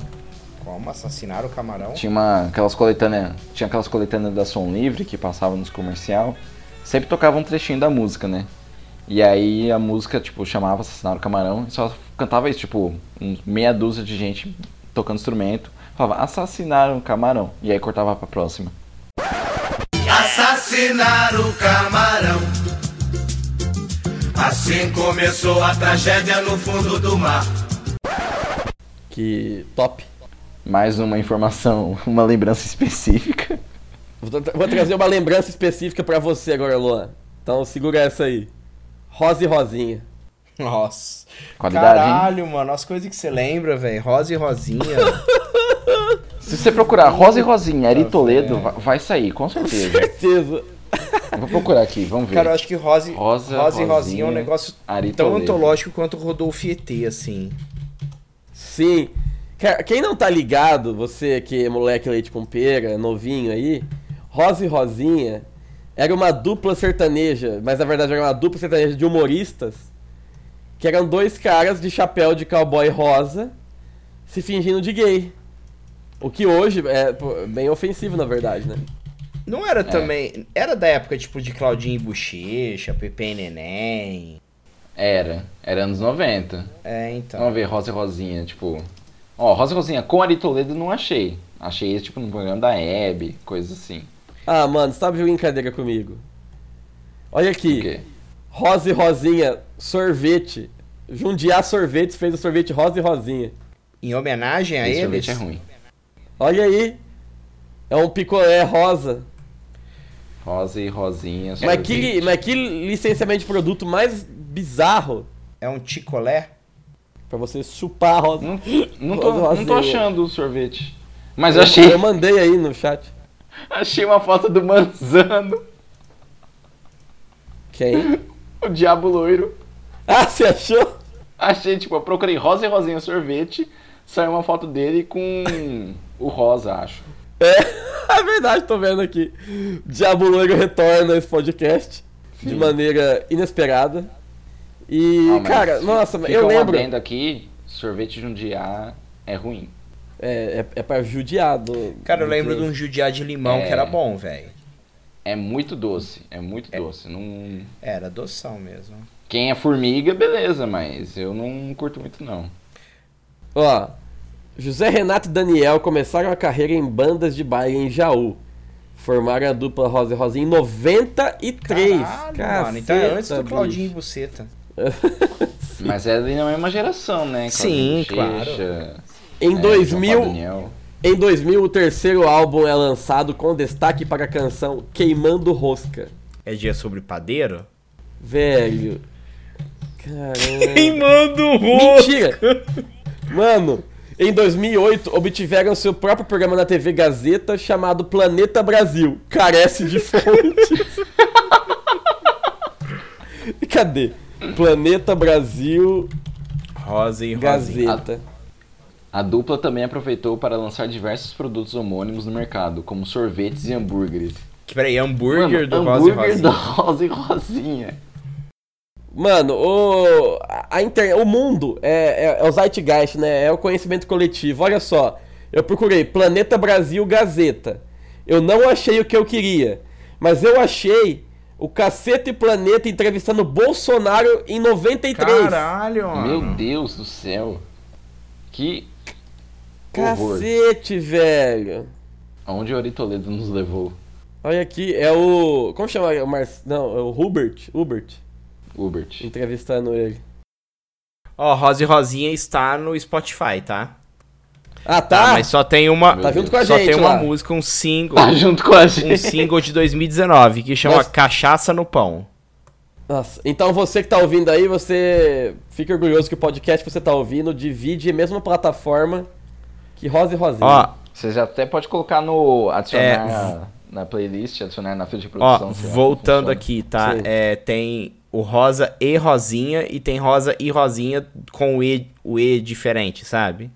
C: como assassinar o camarão?
B: Tinha uma, aquelas coletâneas, tinha aquelas coletâneas da Som Livre que passavam nos comercial. Sempre tocava um trechinho da música, né? E aí a música, tipo, chamava Assassinaram o Camarão e só cantava isso, tipo, uns meia dúzia de gente tocando instrumento. Falava, assassinaram o camarão. E aí cortava pra próxima.
H: assassinar o camarão. Assim começou a tragédia no fundo do mar.
A: Que top.
B: Mais uma informação, uma lembrança específica.
A: Vou, tra- vou trazer uma lembrança específica pra você agora, Luan. Então segura essa aí. Rosa e Rosinha.
C: Nossa.
B: Qualidade, hein?
C: Caralho, mano. As coisas que você lembra, velho. Rosa e Rosinha.
A: Tá
B: Se você procurar Rosa e Rosinha, Ari Toledo, va- vai sair, com certeza.
A: Certeza.
B: Vou procurar aqui, vamos ver.
I: Cara, eu acho que Rose,
B: Rosa,
I: Rosa, Rosa e Rosinha é um
B: Rosinha,
I: negócio
B: Ari
I: tão
B: Toledo.
I: antológico quanto Rodolfo Tietê, assim.
A: Sim. Cara, Quem não tá ligado, você que é moleque leite com pera, novinho aí, Rosa e Rosinha era uma dupla sertaneja, mas na verdade era uma dupla sertaneja de humoristas, que eram dois caras de chapéu de cowboy rosa se fingindo de gay. O que hoje é pô, bem ofensivo, na verdade, né?
I: Não
B: É.
I: era também. Era da época, tipo, de Claudinho e Bochecha, Pepe e Neném.
B: Era. Era anos 90.
I: É,
A: Tá.
I: então.
B: Vamos ver, Rosa e Rosinha, tipo. Ó, Rosa e Rosinha, com Ari Toledo não achei. Achei esse tipo no programa da Hebe, coisa assim.
A: Ah, mano, você tá de brincadeira comigo. Olha
B: O
A: aqui,
B: quê?
A: Rosa e Rosinha, sorvete. Jundiar Sorvetes fez o sorvete Rosa e Rosinha.
I: Em homenagem a
B: Esse
I: eles.
B: sorvete é ruim.
A: Olha aí. É um picolé rosa.
B: Rosa e Rosinha.
A: Mas que,
B: sorvete.
A: li- mas que licenciamento de produto mais bizarro
I: É um ticolé?
A: pra você chupar a rosa.
B: Não, não, tô,
A: Rosa e
B: não tô
A: Rosinha.
B: achando o sorvete. Mas eu achei,
A: Eu mandei aí no chat.
B: achei uma foto do Manzano,
A: Quem?
B: o Diabo Loiro.
A: Ah, você achou?
B: Achei, tipo, eu procurei Rosa e Rosinha sorvete, saiu uma foto dele com o Rosa, acho.
A: É, é verdade, tô vendo aqui. Diabo Loiro retorna esse podcast de maneira inesperada. E,
B: Ah, mas
A: cara, nossa,
B: fica
A: eu
B: um
A: lembro.
B: adendo aqui, sorvete de um dia é ruim.
A: É, é, é pra judiar do.
I: Cara, eu
A: do
I: lembro de
A: que-
I: um judiar de limão
B: É.
I: que era bom, velho.
B: É muito doce, é muito doce. Não...
I: Era doção mesmo.
B: Quem é formiga, beleza, mas eu não curto muito não.
A: Ó, José Renato e Daniel começaram a carreira em bandas de baile em Jaú. Formaram a dupla Rosa e Rosinha em 93.
I: Caralho, mano. Então é
A: Caceta,
I: antes do
A: bicho.
I: Claudinho e Buceta.
B: Mas é da mesma geração, né?
I: Sim,
B: Claudinho
I: claro.
B: Bochecha,
A: Em,
B: é,
A: 2000,
B: João Paulo Daniel.
A: em 2000, o terceiro álbum é lançado com destaque para a canção Queimando Rosca.
C: É dia sobre padeiro?
I: É.
A: Velho. Caramba.
C: Queimando o rosto!
A: Mentira! Mano, em 2008 obtiveram seu próprio programa na TV Gazeta chamado Planeta Brasil. Carece de fontes. Cadê? Planeta Brasil
C: Rosa e Rosinha.
A: Gazeta.
B: A dupla também aproveitou para lançar diversos produtos homônimos no mercado, como sorvetes e hambúrgueres.
C: Que, peraí, hambúrguer do Rosa e
B: hambúrguer
C: Rosinha.
B: do Rosa e Rosinha.
A: Mano, o, a a inter, o mundo é, é, é o zeitgeist, né? É o conhecimento coletivo. Olha só, eu procurei Planeta Brasil Gazeta. Eu não achei o que eu queria, mas eu achei o Cacete Planeta entrevistando Bolsonaro em 93.
C: Caralho,
B: Meu
C: mano.
B: Deus do céu. Que horror.
A: Cacete, velho.
B: Aonde o Ari Toledo nos levou?
A: Olha aqui, é o. Como chama? O Mar... Não, é o Hubert. Hubert
B: Hubert.
A: entrevistando ele.
C: Ó, Rosa e Rosinha está no Spotify, tá?
A: Ah, tá?
C: Tá, mas só tem uma.
A: Tá junto com a
C: só
A: gente
C: tem uma
A: lá.
C: música, um single.
B: Tá junto com a gente.
C: um single de 2019 que chama
A: Mas-
C: Cachaça no Pão.
A: Nossa, então você que tá ouvindo aí, você fica orgulhoso que o podcast que você tá ouvindo divide a mesma plataforma que Rosa e Rosinha.
C: Ó,
B: Você já até pode colocar no. adicionar
C: É.
B: na- na playlist, adicionar na ficha de produção.
C: ó,
B: sei lá,
C: voltando
B: funciona.
C: aqui, tá?
A: Sim.
C: É, tem o Rosa e Rosinha e tem Rosa e Rosinha com o E, o e diferente, sabe?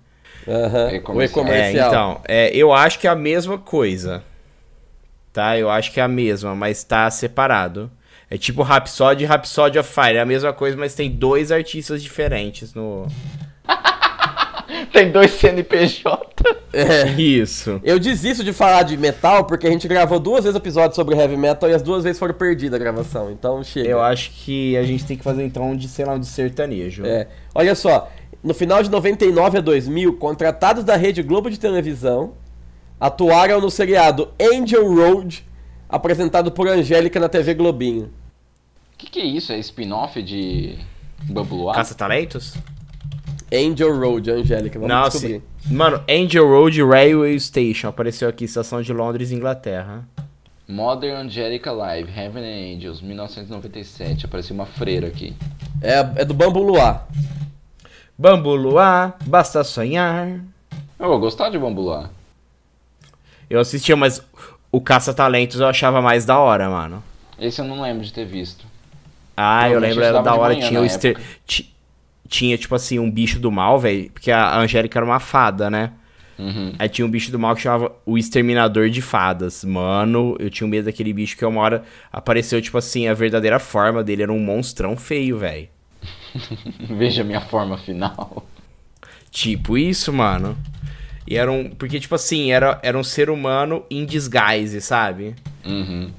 A: Aham, o
B: E-comercial.
C: É,
A: e-comercial.
C: então, é, eu acho que é a mesma coisa. Tá? Eu acho que é a mesma, mas tá separado. É tipo Rhapsody e Rhapsody of Fire. É a mesma coisa, mas tem dois artistas diferentes no.
B: Tem dois CNPJ.
A: É.
C: Isso.
A: Eu desisto de falar de metal porque a gente gravou duas vezes episódio sobre heavy metal e as duas vezes foram perdidas a gravação, então chega.
C: Eu acho que a gente tem que fazer então um de, sei lá, um de sertanejo.
A: É. Olha só, no final de 99 a 2000, contratados da Rede Globo de televisão atuaram no seriado Angel Road, apresentado por Angélica na TV Globinho.
B: O que, que é isso? É spin-off de Babuá?
C: Caça Talentos?
A: Angel Road, Angélica, vamos
C: Não,
A: descobrir.
C: se... Mano, Angel Road Railway Station apareceu aqui, estação de Londres, Inglaterra.
B: Modern Angelica Live, Heaven and Angels, 1997. Apareceu uma freira aqui.
A: É, é do Bambu Luar.
C: Bambu Luar, basta sonhar.
B: Eu vou gostar de Bambulá.
C: Eu assistia, mas o Caça Talentos eu achava mais da hora, mano.
B: Esse eu não lembro de ter visto.
C: Ah, eu
B: Provavelmente
C: lembro,
B: eu
C: era
B: estudava de
C: da hora,
B: manhã
C: tinha
B: na
C: o Ster... ti- Tinha, tipo assim, um bicho do mal, velho, porque a Angélica era uma fada, né?
B: Uhum.
C: Aí tinha um bicho do mal que chamava o Exterminador de Fadas. Mano, eu tinha medo daquele bicho que uma hora apareceu, tipo assim, a verdadeira forma dele. Era um monstrão feio, velho.
B: Veja minha forma final.
C: Tipo isso, mano. E era um. Porque, tipo assim, era, era um ser humano em disguise, sabe?
B: Uhum.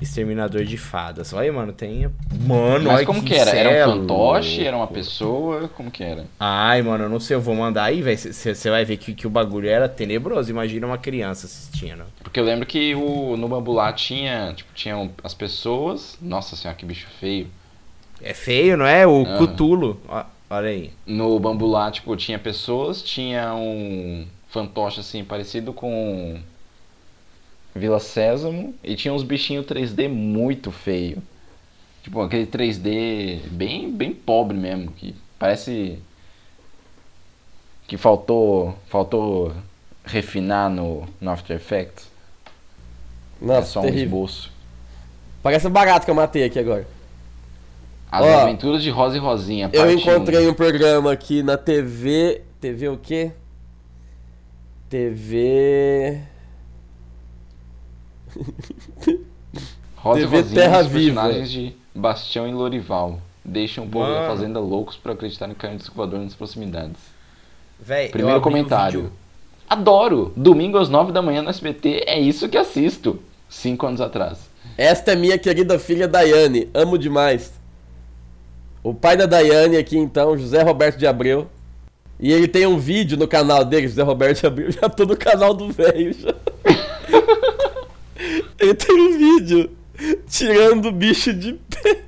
C: Exterminador de fadas. Olha aí, mano, tem. Mano,
B: Mas
C: olha
B: como
C: que
B: que era? Era um
C: céu.
B: fantoche? Era uma pessoa? Como que era?
C: Ai, mano, eu não sei, eu vou mandar aí, velho. Você vai ver que, que o bagulho era tenebroso. Imagina uma criança assistindo.
B: Porque eu lembro que o, no Bambu lá tinha, tipo, tinham as pessoas. Nossa senhora, que bicho feio.
C: É feio, não é? O
B: Ah.
C: Cutulo. Olha aí.
B: No Bambu lá, tipo, tinha pessoas, tinha um fantoche assim, parecido com Vila Sésamo, e tinha uns bichinhos 3D muito feio. Tipo, aquele 3D bem, bem pobre mesmo, que parece que faltou, faltou refinar no, no After Effects. é
A: Nossa,
B: só um
A: terrível.
B: esboço.
A: Parece um barato que eu matei aqui agora.
B: As
A: Ó,
B: Aventuras de Rosa e Rosinha,
A: Eu
B: parte
A: encontrei
B: um.
A: um programa aqui na TV. TV o quê? TV.
B: Rosa e
A: TV
B: Rosinha,
A: Terra
B: os personagens
A: Viva.
B: de Bastião e Lorival deixam o povo da
C: Mano.
B: fazenda loucos por acreditar no caminho do escovador nas proximidades.
C: Véi, eu
B: Primeiro
C: abri o
B: comentário.
C: vídeo.
B: Adoro! Domingo às 9 da manhã no SBT, é isso que assisto. Cinco anos atrás.
A: Esta é minha querida filha Daiane. Amo demais. O pai da Daiane aqui então, José Roberto de Abreu. E ele tem um vídeo no canal dele, José Roberto de Abreu. Já tô no canal do velho já. ele tem um vídeo tirando o bicho de pé.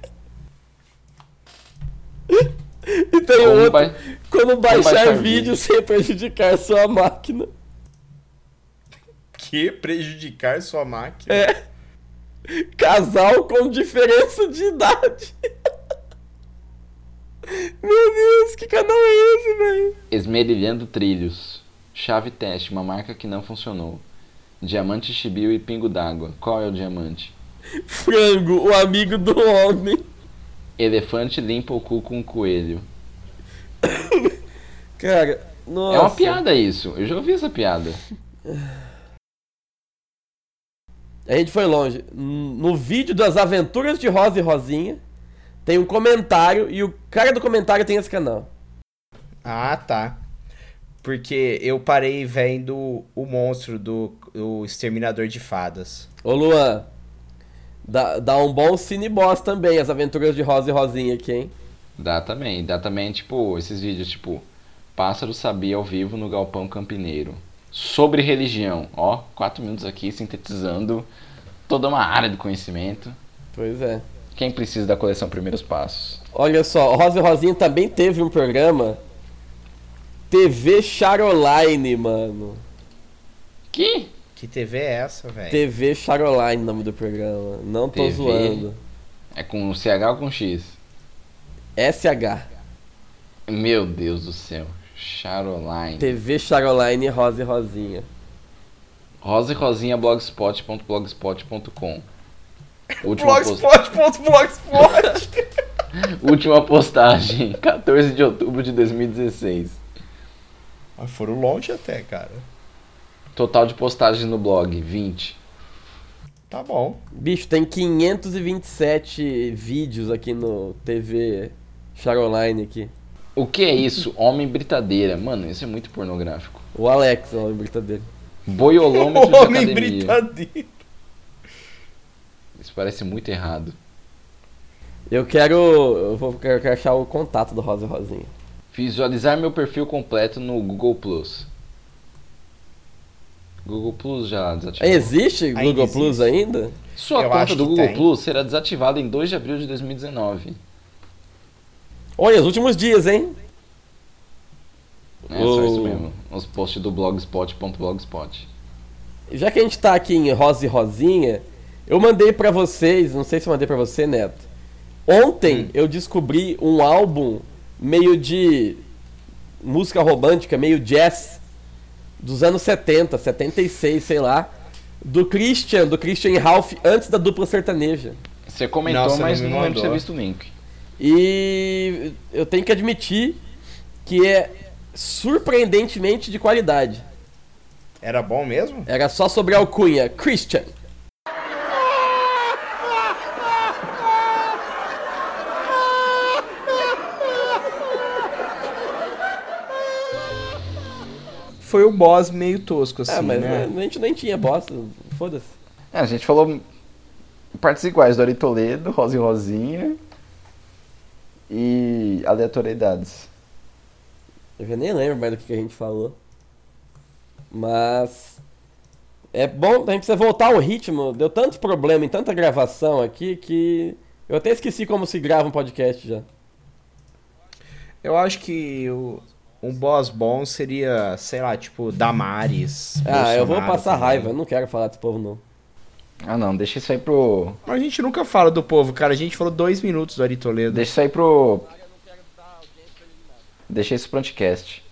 A: E tem
B: Como
A: outro.
B: vai-
A: Como baixar,
B: baixar
A: vídeo,
B: vídeo.
A: sem prejudicar sua máquina.
C: Que prejudicar sua máquina.
A: É. Casal com diferença de idade. Meu Deus, que canal é esse, velho?
B: Esmerilhando trilhos. Chave teste, uma marca que não funcionou. Diamante chibiu e pingo d'água. Qual é o diamante?
A: Frango, o amigo do homem.
B: Elefante limpa o cu com um coelho.
A: Cara, nossa.
B: É uma piada isso. Eu já ouvi essa piada.
A: A gente foi longe. N- No vídeo das aventuras de Rosa e Rosinha, tem um comentário e o cara do comentário tem esse canal.
C: Ah, tá. Porque eu parei vendo o monstro do o Exterminador de Fadas.
A: Ô Luan, dá, dá um bom cineboss também, as aventuras de Rosa e Rosinha aqui, hein?
B: Dá também, dá também, tipo, esses vídeos, tipo, Pássaro Sabia ao vivo no Galpão Campineiro. Sobre religião, ó, quatro minutos aqui sintetizando toda uma área do conhecimento.
A: Pois é.
B: Quem precisa da coleção Primeiros Passos?
A: Olha só, Rosa e Rosinha também teve um programa TV Charoline, mano.
B: Que?
C: Que TV é essa, velho?
A: TV Charoline, é nome do programa. Não tô
B: TV.
A: zoando.
B: É com o CH ou com X?
A: SH.
B: Meu Deus do céu. Charoline.
A: TV Charoline Rosa e Rosinha.
B: Rosa e Rosinha blogspot.blogspot.com Última, posta-
C: Blogspot.blogspot.
B: última postagem, 14 de outubro de 2016.
C: Mas foram longe até, cara.
B: Total de postagens no blog, 20.
C: Tá bom.
A: Bicho, tem 527 vídeos aqui no TV Charoline aqui.
B: O que é isso? Homem britadeira. Mano, isso é muito pornográfico.
A: O Alex, ó, o brincadeira.
B: Boiolômetro de
C: Homem
B: academia.
C: britadeiro.
B: Isso parece muito errado.
A: Eu quero. Eu vou eu quero achar o contato do Rosa e Rosinha.
B: Visualizar meu perfil completo no Google Plus. Google Plus já desativou.
A: Existe
C: Tipo, Ainda
A: Google Plus
C: existe.
A: ainda?
B: Sua
C: Eu
B: conta
C: acho
B: do
C: que
B: Google
C: tem.
B: Plus será desativada em 2 de abril de 2019.
A: Olha, os últimos dias, hein?
B: É só isso
A: Oh.
B: mesmo. Os posts do blogspot.blogspot.
A: Já que a gente tá aqui em Rosa e Rosinha, eu mandei pra vocês, não sei se eu mandei pra você, Neto. Ontem eu descobri um álbum meio de música romântica, meio jazz, dos anos 70, 76, sei lá, Do Christian, do Christian Ralph, antes da dupla sertaneja.
B: Você comentou,
I: Nossa,
B: mas
I: não me
B: não lembro de ter
I: mandou.
B: visto o link.
A: E eu tenho que admitir que é surpreendentemente de qualidade.
I: Era bom mesmo?
A: Era só sobre a alcunha. Christian.
I: Foi o boss meio tosco, assim,
A: ah, mas
I: né?
A: né, a gente nem tinha bosta. Foda-se.
B: É, a gente falou partes iguais do Ari Toledo, Rosa e Rosinha e aleatoriedades.
A: Eu já nem lembro mais do que que a gente falou. Mas. É bom, a gente precisa voltar ao ritmo. Deu tanto problema em tanta gravação aqui que. Eu até esqueci como se grava um podcast já.
I: Eu acho que o- um boss bom seria, sei lá, tipo, Damares.
A: Ah, eu vou
I: Bolsonaro,
A: passar
I: também.
A: raiva, eu não quero falar desse povo não.
B: Ah não, deixa isso aí pro.
I: Mas a gente nunca fala do povo, cara. A gente falou dois minutos do Ari Toledo.
B: Deixa isso aí pro. Deixa isso pro anticast.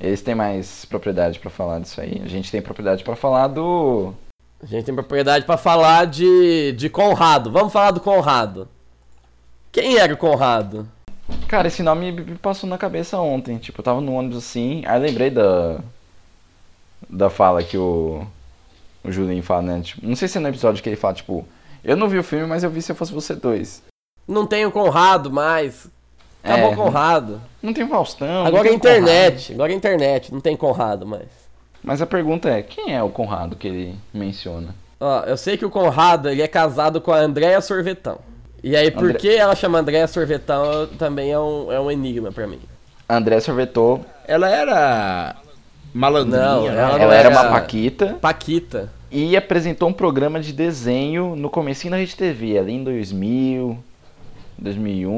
B: Eles têm mais propriedade pra falar disso aí. A gente tem propriedade pra falar do.
A: A gente tem propriedade pra falar de, de Conrado. Vamos falar do Conrado. Quem era o Conrado?
B: Cara, esse nome me passou na cabeça ontem. Tipo, eu tava no ônibus assim, aí lembrei da. Da fala que o. O Julinho fala, né? Tipo, não sei se é no episódio que ele fala, tipo, eu não vi o filme, mas eu vi se eu fosse você dois.
A: Não tem o Conrado mais. Acabou
B: É.
A: o Conrado.
B: Não tem Faustão. não
A: Agora é
B: tem
A: internet. Agora é internet. Não tem Conrado mais.
B: Conrado. Mas a pergunta é, quem é o Conrado que ele menciona?
A: Ó, eu sei que o Conrado ele é casado com a Andréa Sorvetão. E aí, por
B: André-
A: que ela chama Andréa Sorvetão eu- também é um, é um enigma pra mim.
B: André Sorvetou,
I: Ela era malandrinha,
A: Não,
I: né?
A: ela não
B: ela era
A: era-
B: uma paquita
A: Paquita.
B: e apresentou um programa de desenho no comecinho da Rede TV, ali em 2000, 2001.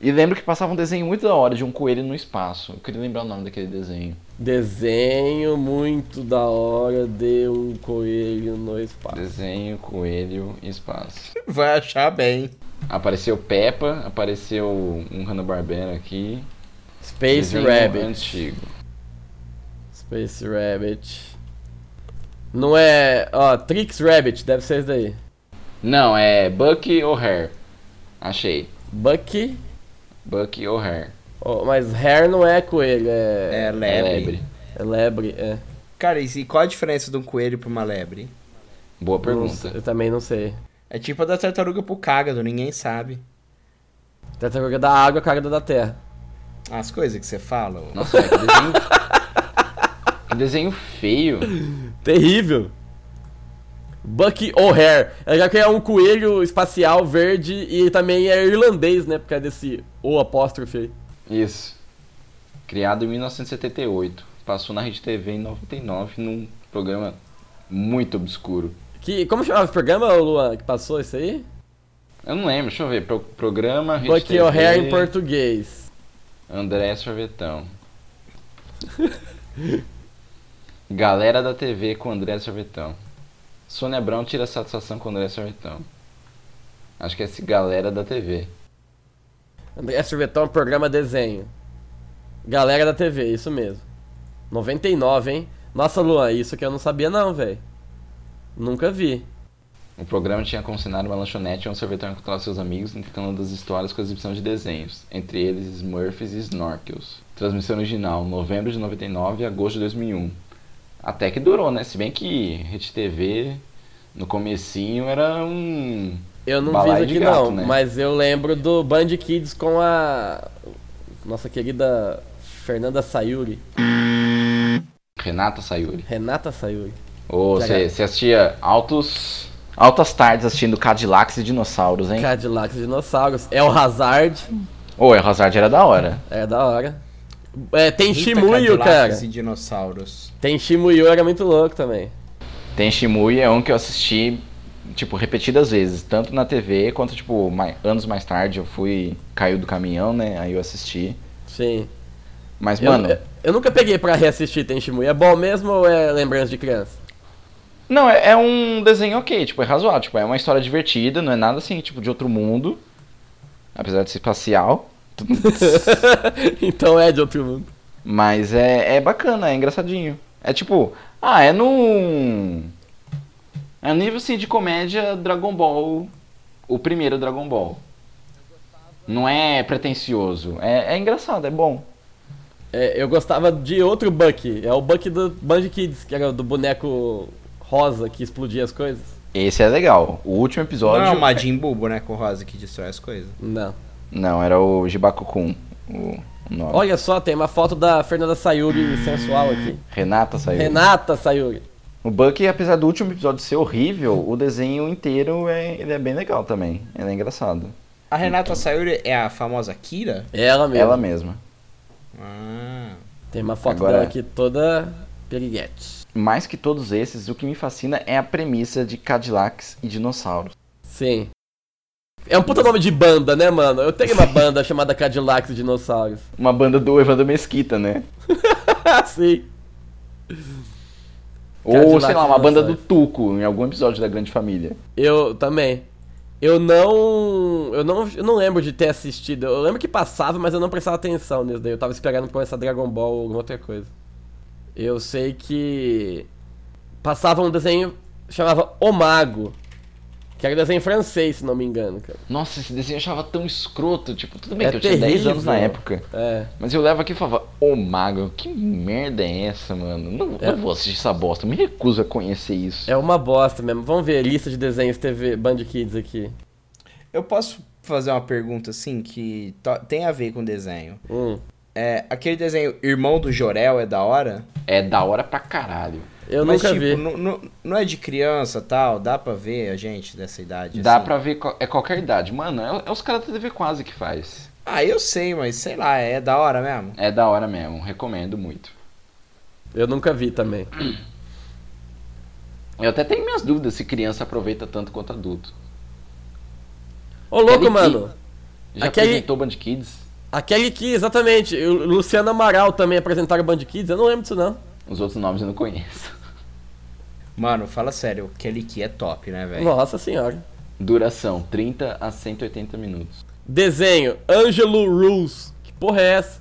B: E lembro que passava um desenho muito da hora de um coelho no espaço. Eu queria lembrar o nome daquele desenho.
A: Desenho muito da hora de um coelho no espaço.
B: Desenho, coelho, espaço.
I: Vai achar bem.
B: Apareceu Peppa, apareceu um Hanna-Barbera aqui.
A: Space
B: Desenho
A: Rabbit.
B: Antigo.
A: Space Rabbit. Não é. Ó, Trix Rabbit, deve ser esse daí.
B: Não, é Bucky O'Hare. Achei.
A: Bucky.
B: Bucky O'Hare.
A: ó, mas Hare não é coelho, é.
I: É lebre.
B: Lebre.
A: É lebre, é.
I: Cara, e qual a diferença de um coelho pra uma lebre?
B: Boa
A: Não sei,
B: pergunta.
A: eu também não sei.
I: É tipo a da tartaruga pro cágado, ninguém sabe.
A: Tartaruga da água, cara da terra.
I: Ah, As coisas que você fala. ô.
B: Nossa, velho, que desenho... que desenho feio.
A: Terrível. Bucky O'Hare. É já que é um coelho espacial verde e também é irlandês, né? Por causa desse O apóstrofe aí.
B: Isso. Criado em 1978. Passou na Rede TV em 99 num programa muito obscuro.
A: Que, como chamava esse programa, ô, Luan, que passou isso aí?
B: Eu não lembro, deixa eu ver. Pro- programa Rede
A: Bucky
B: TV,
A: O'Hare em português.
B: André Sorvetão. Galera da TV com André Sorvetão. Sônia Brown tira satisfação com André Sorvetão. Acho que é esse Galera da TV.
A: André É Sorvetão, programa desenho. Galera da TV, isso mesmo. 99, hein? Nossa, Luan, isso que eu não sabia não, velho. Nunca vi.
B: O programa tinha como cenário uma lanchonete onde o sorvetão encontrava seus amigos intercalando as histórias com a exibição de desenhos, entre eles Smurfs e Snorkels. Transmissão original, novembro de 99 e agosto de 2001. Até que durou, né? Se bem que Rede TV no comecinho era um...
A: Eu não
B: Balaio
A: vi
B: de
A: isso aqui
B: gato,
A: não,
B: né?
A: mas eu lembro do Band Kids com a nossa querida Fernanda Sayuri,
B: Renata Sayuri.
A: Renata Sayuri.
B: Ou
A: Já
B: você
A: era.
B: você assistia altos... Altas tardes assistindo Cadillacs e Dinossauros, hein?
A: Cadillacs e Dinossauros, El Hazard,
B: Ou El Hazard era da hora.
A: é da hora. É, tem
I: Rita
A: Shimuyo,
I: Cadillacs
A: cara.
I: e dinossauros.
A: Tem Shimuyo, era muito louco também.
B: Tem Shimui é um que eu assisti, tipo, repetidas vezes, tanto na TV quanto, tipo, mai- anos mais tarde eu fui. Caiu do caminhão, né? Aí eu assisti.
A: Sim.
B: Mas,
A: Eu- é
B: mano.
A: Eu, eu nunca peguei pra reassistir Tem Shimuyo. É bom mesmo ou é lembrança de criança?
B: Não, é, é um desenho ok, tipo, é razoável. Tipo, é uma história divertida, não é nada assim, tipo, de outro mundo. Apesar de ser espacial.
A: então é de outro mundo.
B: Mas é, é bacana, é engraçadinho. É tipo, Ah, é num. É nível assim de comédia Dragon Ball. O primeiro Dragon Ball. Não é pretencioso. É, é engraçado, é bom.
A: É, eu gostava de outro Buck. É o Buck do Band Kids, que era do boneco rosa que explodia as coisas.
B: Esse é legal. O último episódio.
C: Não é o Majin Buu,
I: né,
C: boneco rosa que destrói as coisas.
A: Não.
B: Tá Não, era o Jibaku-kun. O o nome.
A: Olha só, tem uma foto da Fernanda Sayuri sensual aqui.
B: É Renata saiu.
A: Renata Sayuri.
B: O Bucky, apesar do último episódio ser horrível, o desenho inteiro é, ele é bem legal também. Ele é engraçado.
C: A
A: Então.
C: Renata Sayuri é a famosa Kira?
A: Ela mesmo.
B: Ela mesma.
C: Ah.
A: Tem uma foto
B: Agora- é.
A: dela aqui toda piriguete.
B: Mais que todos esses, o que me fascina é a premissa de Cadillacs e dinossauros.
A: Sim. É um puta nome de banda, né, mano? Eu tenho uma banda chamada Cadillacs e Dinossauros. Ah,
B: Uma banda do Evandro Mesquita, né?
A: Sim.
B: Ou,
A: Cadillacs
B: sei lá,
A: e
B: uma banda do
A: dinossauros.
B: Tuco, em algum episódio da Grande Família.
A: Eu também. Eu não, eu não. Eu não lembro de ter assistido. Eu lembro que passava, mas eu não prestava atenção nisso daí. Eu tava esperando começar Dragon Ball ou alguma outra coisa. Eu sei que. Passava um desenho que chamava O Mago. Que era um desenho francês, se não me engano, cara.
B: Nossa, esse desenho eu achava tão escroto. Tipo, tudo bem
A: É
B: que eu tinha 10
A: terrível.
B: anos na época.
A: É.
B: Mas eu levo aqui e falava, ô mago, que merda é essa, mano? Não, não vou assistir essa bosta, me recuso a conhecer isso.
A: É uma bosta mesmo. Vamos ver, lista de desenhos TV Band Kids aqui.
C: Eu posso fazer uma pergunta assim que to- tem a ver com desenho.
A: Hum.
C: É, aquele desenho Irmão do Jorel é da hora?
B: É da hora pra caralho.
A: Eu
C: Mas,
A: nunca
C: tipo,
A: vi.
C: nu- nu- não é de criança tal? Dá pra ver a gente dessa idade?
B: Dá
C: assim?
B: pra ver, qual- é qualquer idade. Mano, é, é os caras da TV quase que faz.
C: Ah, eu sei, mas sei lá, é da hora mesmo.
B: É da hora mesmo, recomendo muito.
A: Eu nunca vi também.
B: Eu até tenho minhas dúvidas se criança aproveita tanto quanto adulto.
A: Ô, louco,
B: Aquele
A: mano.
B: Já
A: Aquele-
B: apresentou Band Kids?
A: Aquele que, exatamente. O Luciano Amaral também apresentaram Band Kids. Eu não lembro disso, não.
B: Os outros nomes eu não conheço.
C: Mano, fala sério, aquele que é top, né, velho?
A: Nossa senhora.
B: Duração, 30 a 180 minutos.
A: Desenho, Angelo Rules. Que porra é essa?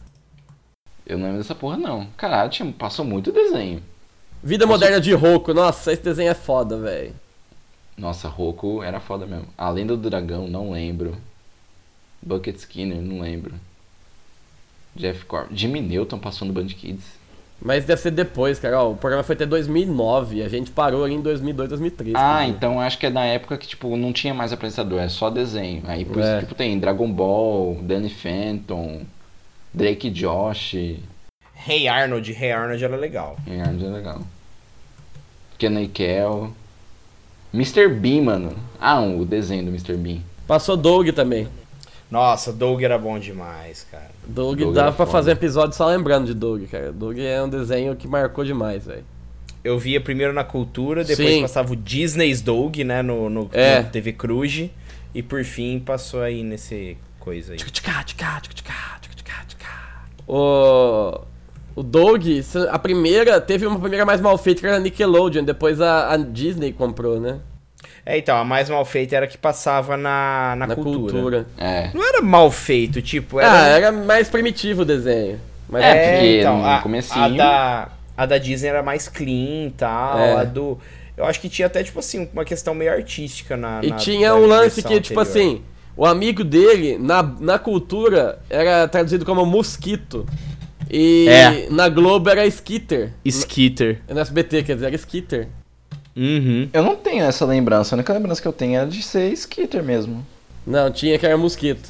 B: Eu não lembro dessa porra não. Caralho, tinha- passou muito desenho.
A: Vida Moderna de Roku. Nossa, esse desenho é foda, velho.
B: Nossa, Roku era foda mesmo. A Lenda do Dragão, não lembro. Bucket Skinner, não lembro. Jeff Corp. Jimmy Newton passou no Band Kids.
A: Mas deve ser depois, cara. Ó, o programa foi até 2009. A gente parou ali em 2002, 2003.
B: Ah,
A: cara.
B: então acho que é da época que, tipo, não tinha mais apresentador, é só desenho. Aí, por
A: É.
B: isso, tipo, tem Dragon Ball, Danny Phantom, Drake Josh. E
C: Rei Arnold, Rei Arnold era legal.
B: Arnold é legal. Kenny Kell. Mr. Bean, mano. Ah, o desenho do Mr. Bean.
A: Passou Doug também.
C: Nossa, Doug era bom demais, cara.
A: Doug,
B: Doug
A: dava
B: era
A: pra
B: foda.
A: fazer episódio só lembrando de Doug, cara. Doug é um desenho que marcou demais, velho.
C: Eu via primeiro na Cultura, depois
A: Sim.
C: passava o Disney's Doug, né, no, no-
A: É.
C: na TV Cruz. E por fim passou aí nesse coisa aí.
A: O. O Doug, se- a primeira, teve uma primeira mais mal feita que era a Nickelodeon, depois a, a Disney comprou, né?
C: É, então, a mais mal feita era a que passava na, na,
A: Na
C: cultura.
A: cultura.
B: É.
C: Não era mal feito, tipo,
A: Ah,
C: era...
A: era mais primitivo o desenho. Mas
B: um- É, porque
C: então,
B: no
C: a,
B: comecinho-
C: a da, a da Disney era mais clean e tal,
A: É.
C: a do... Eu acho que tinha até, tipo assim, uma questão meio artística na...
A: E
C: na-
A: tinha
C: na
A: um lance
C: versão
A: que, tipo
C: anterior.
A: assim, o amigo dele, na, na cultura, era traduzido como mosquito. E
J: É.
A: na Globo era skitter.
J: Skitter.
A: No SBT, quer dizer, era skitter.
J: Uhum.
B: Eu não tenho essa lembrança, a única lembrança que eu tenho era de ser Skitter mesmo.
A: Não, tinha que era mosquito.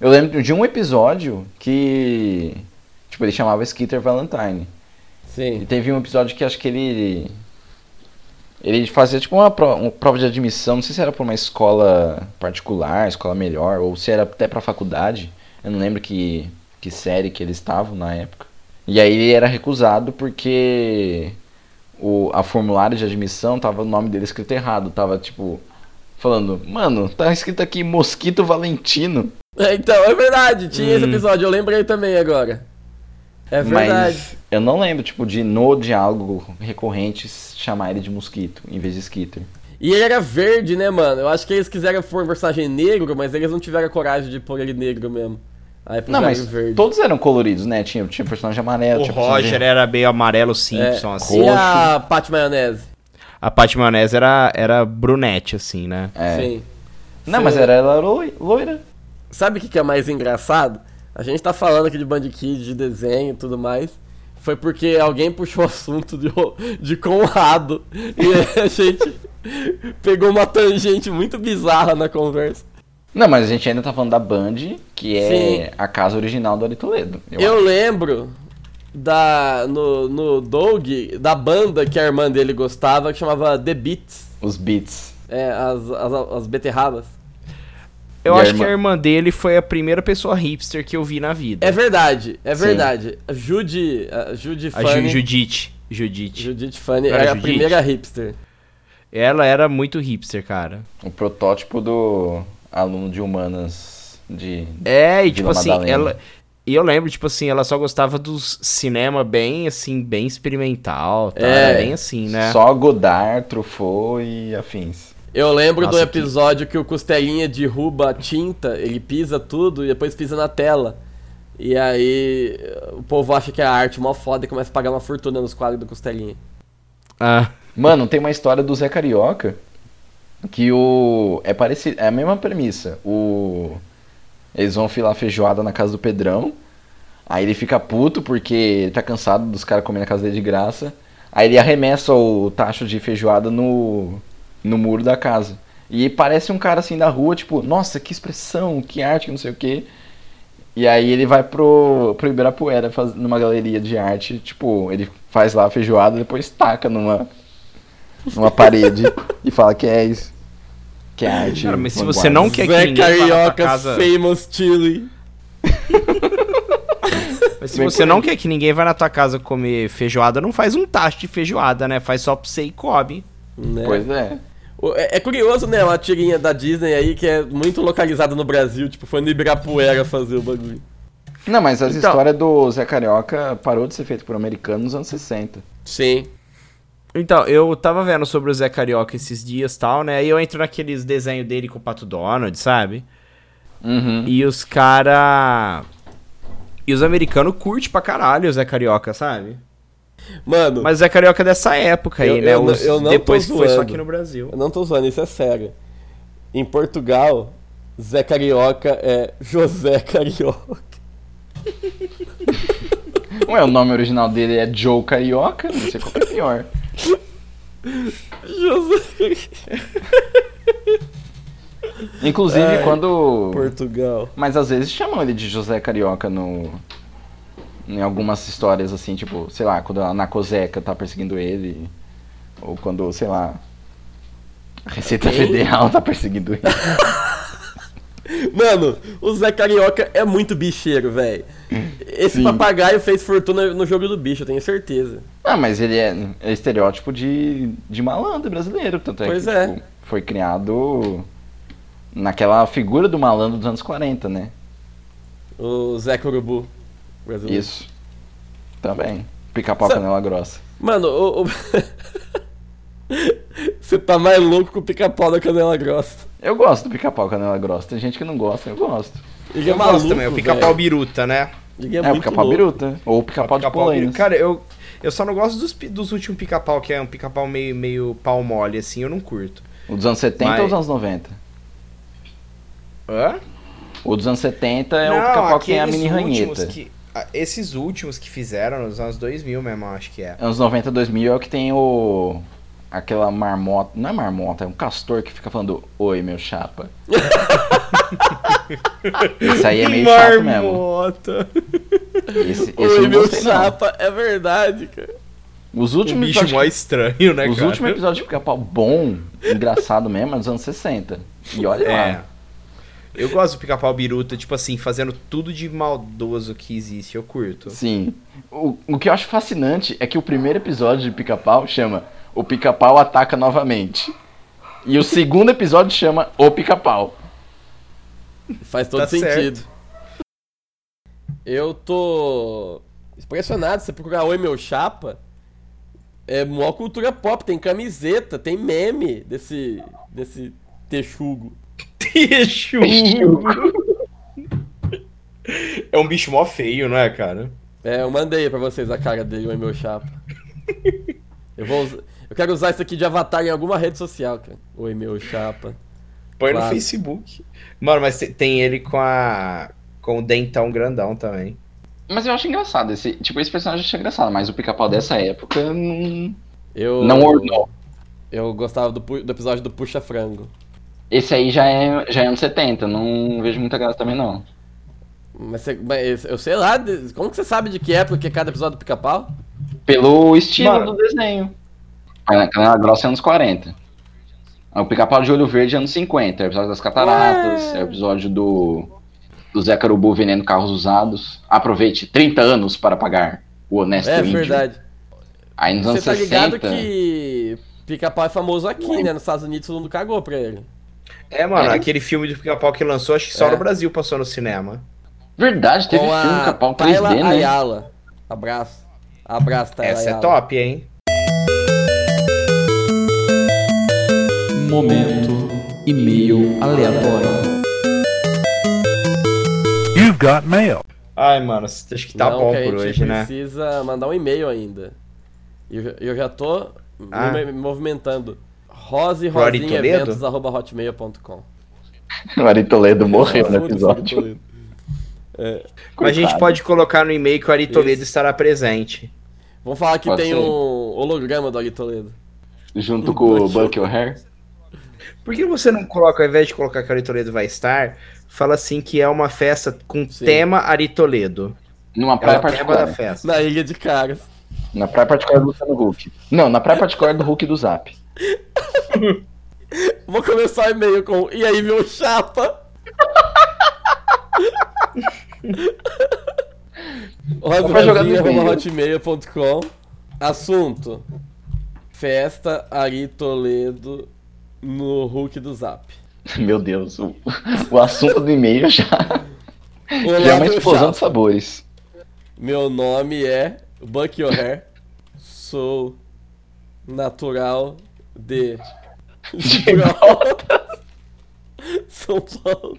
B: Eu lembro de um episódio que. Tipo, ele chamava Skitter Valentine. E
A: Sim.
B: teve um episódio que acho que ele. Ele fazia tipo uma, pro- uma prova de admissão, não sei se era pra uma escola particular, escola melhor, ou se era até pra faculdade. Eu não lembro que, que série que eles estavam na época. E aí ele era recusado porque o, a formulário de admissão tava o nome dele escrito errado. Tava tipo. Falando, mano, tá escrito aqui Mosquito Valentino.
A: É, Então, é verdade, tinha esse episódio, eu lembrei também agora. É verdade.
B: Mas eu não lembro, tipo, de no diálogo recorrente chamar ele de mosquito em vez de skitter.
A: E ele era verde, né, mano? Eu acho que eles quiseram pôr um personagem negro, mas eles não tiveram coragem de pôr ele negro mesmo. Aí pro
B: Não,
A: cara
B: mas
A: verde.
B: todos eram coloridos, né? Tinha, tinha personagem amarelo,
C: O
B: tinha
C: Roger
B: personagem...
C: era meio amarelo
A: É,
C: Simpson, assim.
A: e a Pat Maionese?
C: A Paty Maionese era, era brunete, assim, né?
B: É.
A: Sim.
B: Não, mas era ela loi- loira.
A: Sabe o que, que é mais engraçado? A gente tá falando aqui de Band Kids, de desenho e tudo mais. Foi porque alguém puxou o assunto de, o- de Conrado. E a gente pegou uma tangente muito bizarra na conversa.
B: Não, mas a gente ainda tá falando da Band, que é
A: Sim.
B: a casa original do Ari Toledo. eu
A: Eu lembro da no, no Doug, da banda que a irmã dele gostava, que chamava The Beats.
B: acho. Os beats.
A: É, as, as, as beterrabas.
C: Eu
B: E a
C: acho que
B: irmã?
C: a irmã dele foi a primeira pessoa hipster que eu vi na vida.
A: É verdade, é
B: Sim.
A: verdade. A Judy, a Judy
C: a Ju-
A: Fanny,
C: Judite. Judite.
A: Judith Fanny
C: Não era
A: era a
C: Judith?
A: primeira hipster.
C: Ela era muito hipster, cara.
B: O protótipo do aluno de humanas de.
C: É, e tipo
B: Vila
C: assim,
B: Madalena.
C: ela. E eu lembro, tipo assim, ela só gostava dos cinema bem, assim, bem experimental, tá?
A: É.
C: Era bem assim, né?
B: Só Godard, Truffaut e afins.
A: Eu lembro do
C: Nossa, que-
A: episódio que... o Costelinha derruba a tinta, ele pisa tudo e depois pisa na tela. E aí o povo acha que é arte mó foda e começa a pagar uma fortuna nos quadros do Costelinha.
C: Ah,
B: Mano, tem uma história do Zé Carioca que o. É parecido. É a mesma premissa. O. Eles vão filar feijoada na casa do Pedrão. Aí ele fica puto porque ele tá cansado dos caras comendo na casa dele de graça. Aí ele arremessa o tacho de feijoada no. no muro da casa. E parece um cara assim da rua, tipo, nossa, que expressão, que arte, que não sei o quê. E aí ele vai pro, pro Ibirapuera faz, numa galeria de arte, tipo, ele faz lá a feijoada depois taca numa, numa parede e fala que é isso. Que é arte.
C: Cara, mas se
B: vanguarda.
C: você não quer- que
A: Zé
C: ninguém vai lá pra
A: Carioca,
C: casa-
A: famous Chile.
C: mas se
B: Bem
C: você não quer que ninguém vá na tua casa comer feijoada, não faz um tacho de feijoada, né? Faz só pra você e come.
A: Né?
B: Pois é.
A: O- É, é curioso, né? Uma tirinha da Disney aí que é muito localizada no Brasil, tipo, foi no Ibirapuera fazer o bagulho.
B: Não, mas as
C: Então-
B: histórias do Zé Carioca parou de ser feito por americanos nos anos 60.
A: Sim.
C: Então, eu tava vendo sobre o Zé Carioca esses dias e tal, né? E eu entro naqueles desenhos dele com o Pato Donald, sabe?
B: Uhum.
C: E os cara... E os americanos curtem pra caralho o Zé Carioca, sabe?
A: Mano,
C: Mas o Zé Carioca é dessa época aí,
A: Eu-
C: né?
A: eu não-
C: Os-
A: eu não tô
C: depois que foi só
A: zoando.
C: aqui no Brasil.
A: eu não tô zoando, isso é sério. Em Portugal, Zé Carioca é José Carioca.
B: Ué, o nome original dele é Joe Carioca, não sei qual que é pior.
A: José Carioca.
B: Inclusive,
A: Ai,
B: quando.
A: Portugal.
B: Mas às vezes chamam ele de José Carioca no. Em algumas histórias, assim, tipo, sei lá, quando a Nacoseca tá perseguindo ele. Ou quando, sei lá. A Receita Federal tá perseguindo ele.
A: Mano, o Zé Carioca é muito bicheiro, velho. Esse
B: Sim.
A: papagaio fez fortuna no jogo do bicho, eu tenho certeza.
B: ah, mas ele é, é estereótipo de, de malandro brasileiro. Tanto é
A: Pois
B: que
A: é.
B: tipo, foi criado naquela figura do malandro dos anos 40, né?
A: O Zé Corubu. Brasileiro.
B: Isso. Também. Pica-pau
A: Sabe-
B: canela grossa.
A: Mano, o. o- Você tá mais louco que o pica-pau da canela grossa.
B: Eu gosto do pica-pau canela grossa. Tem gente que não gosta, eu gosto.
A: Ele é maluco. velho.
C: biruta, né?
A: Ele é,
B: É, o
A: muito
B: pica-pau
A: louco.
B: biruta. Ou o pica-pau de
C: Pica-pau
B: polainas.
C: biruta. Cara, eu, eu só não gosto dos, pi- dos últimos pica-pau, que é um pica-pau meio, meio pau mole, assim, eu não curto.
B: O dos anos 70
C: Mas-
B: ou os anos 90?
C: Hã?
B: O dos anos 70 é o pica-pau que tem a mini ranheta.
C: que, a- esses últimos que fizeram nos anos 2000 mesmo, acho que é.
B: Anos 90, 2000 é o que tem o... Aquela marmota... Não é marmota, é um castor que fica falando Oi, meu chapa. Esse aí é meio chato mesmo.
C: Marmota.
B: Esse, esse eu
A: Oi,
B: não
A: meu
B: gostei, não.
A: chapa, é verdade, cara.
B: Os
C: Um
B: últimos
C: bicho
B: episódios...
C: mó estranho, né,
B: Os
C: cara?
B: últimos episódios de pica-pau bom, engraçado mesmo, é dos anos 60. E olha
C: É.
B: lá.
C: Eu gosto do pica-pau biruta, tipo assim, fazendo tudo de maldoso que existe, eu curto.
B: Sim. O, o que eu acho fascinante é que o primeiro episódio de Pica-Pau chama O Pica-Pau Ataca Novamente. E o segundo episódio chama O Pica-Pau.
A: Faz todo
C: Tá
A: sentido. Eu tô. impressionado. Se você procurar Oi, meu chapa. É mó cultura pop, tem camiseta, tem meme desse. desse
B: É
A: texugo.
C: Bicho! É um bicho mó feio, não é, cara?
A: É, eu mandei pra vocês a cara dele, o meu chapa. Eu vou usar- Eu quero usar isso aqui de avatar em alguma rede social, cara. Oi, meu chapa.
C: Põe no
A: Claro.
C: Facebook. Mano, mas te- tem ele com a. com o dentão grandão também.
B: Mas eu acho engraçado. Esse, tipo, esse personagem eu acho engraçado, mas o
A: Uhum.
B: pica-pau dessa época hum, não,
A: Eu,
B: não é- ornou.
A: eu gostava do, pu- do episódio do Puxa Frango.
B: Esse aí já é, já é anos 70, não vejo muita graça também não.
A: Mas, você- mas eu sei lá, de- como que você sabe de que época que é cada episódio do pica-pau?
B: Pelo estilo
C: Mano.
B: do desenho. A Canela Grossa é anos 40. O pica-pau de olho verde é anos 50. É o episódio das cataratas, é o episódio do, do Zé Carubu vendendo carros usados. Aproveite 30 anos para pagar o honesto
A: É
B: índio.
A: verdade.
B: Aí nos anos
A: Você tá ligado
B: 60...
A: que pica-pau é famoso aqui, né? Nos Estados Unidos todo mundo cagou pra ele.
C: É, mano,
B: É?
C: aquele filme do pica-pau que lançou, acho que só
A: É.
C: no Brasil passou no cinema.
B: Verdade, teve
A: Com
B: filme
A: a
B: Capão 3D,
A: Tayla
B: né?
A: Ayala. Abraço. Abraço, Tayla
C: Essa é
A: Ayala.
C: top, hein?
K: Momento e-mail aleatório.
L: You've got mail.
C: Ai, mano, acho que tá
A: Não,
C: bom
A: Então, que a
C: por
A: gente
C: hoje, né?
A: precisa mandar um e-mail ainda. E Eu, eu já tô me-
C: Ah.
A: me movimentando. Rose
C: Pro Ari
A: Rosinha
C: Toledo?
A: Eventos, arroba hotmail.com.
B: O Ari Toledo morreu no
A: Foda-se,
B: episódio.
A: Toledo.
C: Mas a gente
B: Coitado.
C: pode colocar no e-mail que o Ari Toledo
A: Isso.
C: estará presente.
A: Vamos falar que
B: Pode
A: tem
B: ser.
A: um holograma do Ari Toledo.
B: Junto com o Buck O'Hare.
C: Por que você não coloca, ao invés de colocar que o Ari Toledo vai estar, fala assim que é uma festa com
A: Sim.
C: tema Ari Toledo.
B: Numa
C: É
B: praia
C: o tema da
B: particular.
C: festa.
A: Na Ilha de Caras.
B: Na praia particular do Luciano Huck. Não, na praia particular do Hulk do Zap.
A: Vou começar o e-mail com E aí, meu chapa?
B: pra jogar no e-mail.
A: hotmail.com Assunto Festa Ari Toledo no Hulk do Zap.
B: Meu Deus, o, o assunto do e-mail já, já é uma
A: meu
B: explosão de
A: chapa.
B: sabores.
A: Meu nome é Bucky O'Hare. Sou natural de Gibraltar, São Paulo.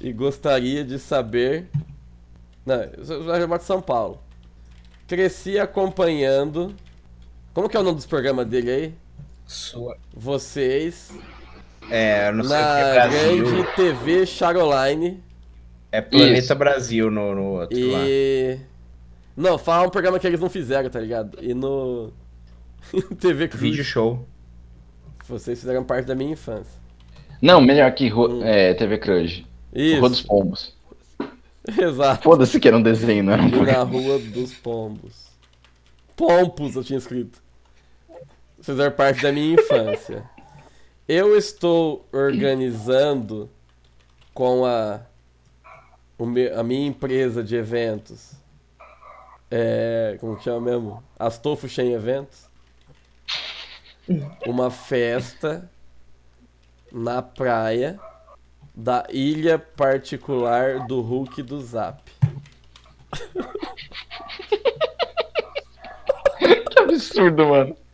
A: E gostaria de saber. Não, eu já chamar de São Paulo. Cresci acompanhando. Como que é o nome dos programas dele aí?
C: Sua-
A: Vocês
C: É, não sei o que é
A: na
C: Brasil.
A: grande TV Charoline
C: É Planeta
B: Isso.
C: Brasil no, no outro lá.
A: e. Não, fala um programa que eles não fizeram, tá ligado? E no. TV Cruz.
C: Vídeo show.
A: Vocês fizeram parte da minha infância.
B: Não, melhor que Ro- é, TV Crunch.
A: Isso.
B: Rua dos Pombos.
A: Exato.
B: Foda-se que era um desenho, não era um
A: E na
B: programa.
A: Rua dos Pombos. Pompos eu tinha escrito. Fazer parte da minha infância. Eu estou organizando com a, o me- a minha empresa de eventos. É, como que chama mesmo? Astolfo Shen Eventos. Uma festa na praia da ilha particular do Hulk do Zap.
B: Que absurdo, mano.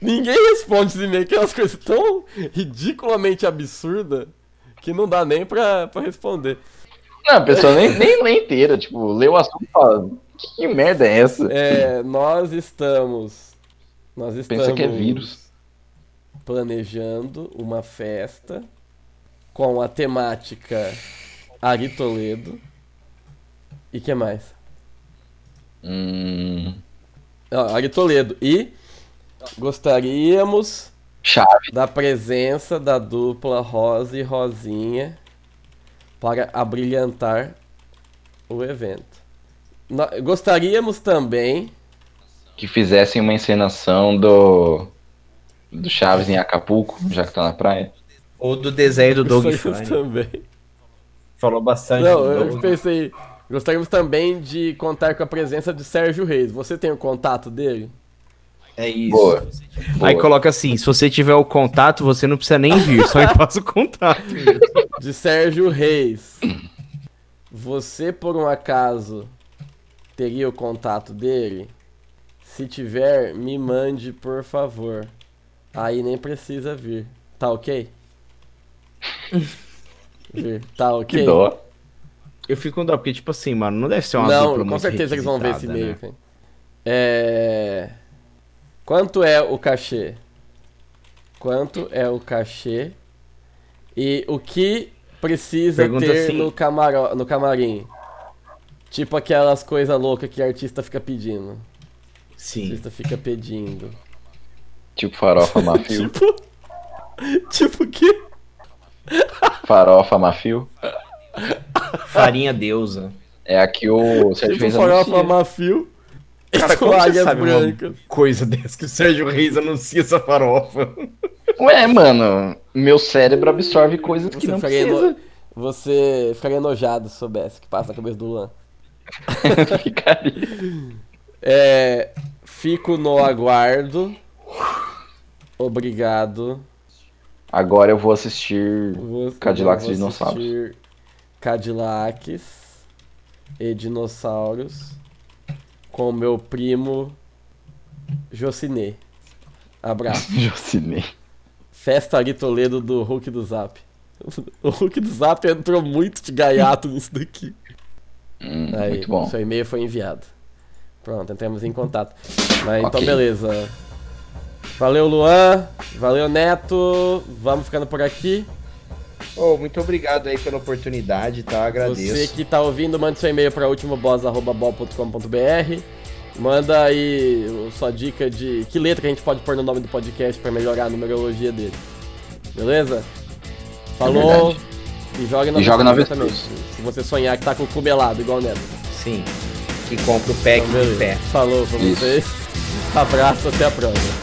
A: Ninguém responde esse e-mail, que é umas coisas tão ridiculamente absurdas que não dá nem pra, pra responder.
B: Não, a pessoa nem, nem lê inteira, tipo, lê o assunto e fala, que, que merda é essa?
A: É, nós estamos. Nós estamos.
B: Pensa que é vírus.
A: Planejando uma festa com a temática Ari Toledo. E que mais?
B: Hum,
A: Ah, Ari Toledo. E gostaríamos
B: chave.
A: da presença da dupla Rosa e Rosinha para abrilhantar o evento. Nó- gostaríamos também.
B: Que fizessem uma encenação do. Do Chaves em Acapulco, já que tá na praia.
C: Ou do desenho do Doug
A: gostaríamos
C: Funny.
A: também.
C: Falou bastante
A: Não,
C: do
A: eu
C: Doug.
A: pensei. Gostaríamos também de contar com a presença de Sérgio Reis. Você tem o contato dele?
C: É isso.
B: Boa.
C: Aí
B: Boa.
C: coloca assim, se você tiver o contato, você não precisa nem vir, só me passa o contato.
A: De Sérgio Reis. Você, por um acaso, teria o contato dele? Se tiver, me mande, por favor. Aí nem precisa vir. Tá ok? Vir. Tá ok?
B: Que dó.
C: Eu fico com dó, porque, tipo assim, mano, não deve ser uma
A: Não,
C: dupla
A: com
C: muito
A: certeza eles vão ver esse
C: requisitada,
A: e-mail.
C: né?
A: cara. É... Quanto é o cachê? Quanto é o cachê? E o que precisa
C: Pergunta
A: ter
C: assim-
A: no, camaro... no camarim? Tipo aquelas coisas loucas que artista fica pedindo.
C: Sim.
A: Artista fica pedindo.
B: Tipo farofa mafio.
A: Tipo. Tipo o quê?
B: farofa mafio.
C: Farinha deusa.
B: É a que o Sérgio
A: Tipo
B: Reis
A: farofa
B: anuncia.
A: mafio.
C: Cara,
A: com
C: como você
A: águias
C: sabe uma-
A: brancas.
C: Coisa dessa que o Sérgio Reis anuncia essa farofa.
B: Ué, mano, meu cérebro absorve coisas que
A: Você
B: não
A: ficaria,
B: precisa.
A: eno... Você ficaria enojado se soubesse que passa na cabeça do Luan.
B: Ficaria.
A: É. Fico no aguardo. Obrigado.
B: Agora eu vou assistir
A: Vou-
B: Cadillacs e
A: vou
B: dinossauros.
A: assistir Cadillacs e dinossauros com meu primo Jocinei. Abraço.
B: Jocinei.
A: Festa Ari Toledo do Hulk do Zap. O Hulk do Zap entrou muito de gaiato nisso daqui.
B: Hum,
A: Aí,
B: muito bom.
A: Seu e-mail foi enviado. Pronto, entramos em contato. Mas então
B: Ok.
A: beleza. Valeu, Luan. Valeu, Neto. Vamos ficando por aqui.
I: Ô, muito obrigado aí pela oportunidade, tá?
A: Você
I: Agradeço.
A: que tá ouvindo, manda seu e-mail para ultimoboss.com.br. Manda aí sua dica de que letra que a gente pode pôr no nome do podcast para melhorar a numerologia dele. Beleza? Falou.
B: É verdade.
A: e joga na
B: E joga na
A: exatamente. Se você sonhar que tá com o cubelado igual o Neto.
I: Sim. Que compra o pack
A: Então, beleza.
I: de pé.
A: Falou pra
B: Isso.
A: vocês. Abraço, até a próxima.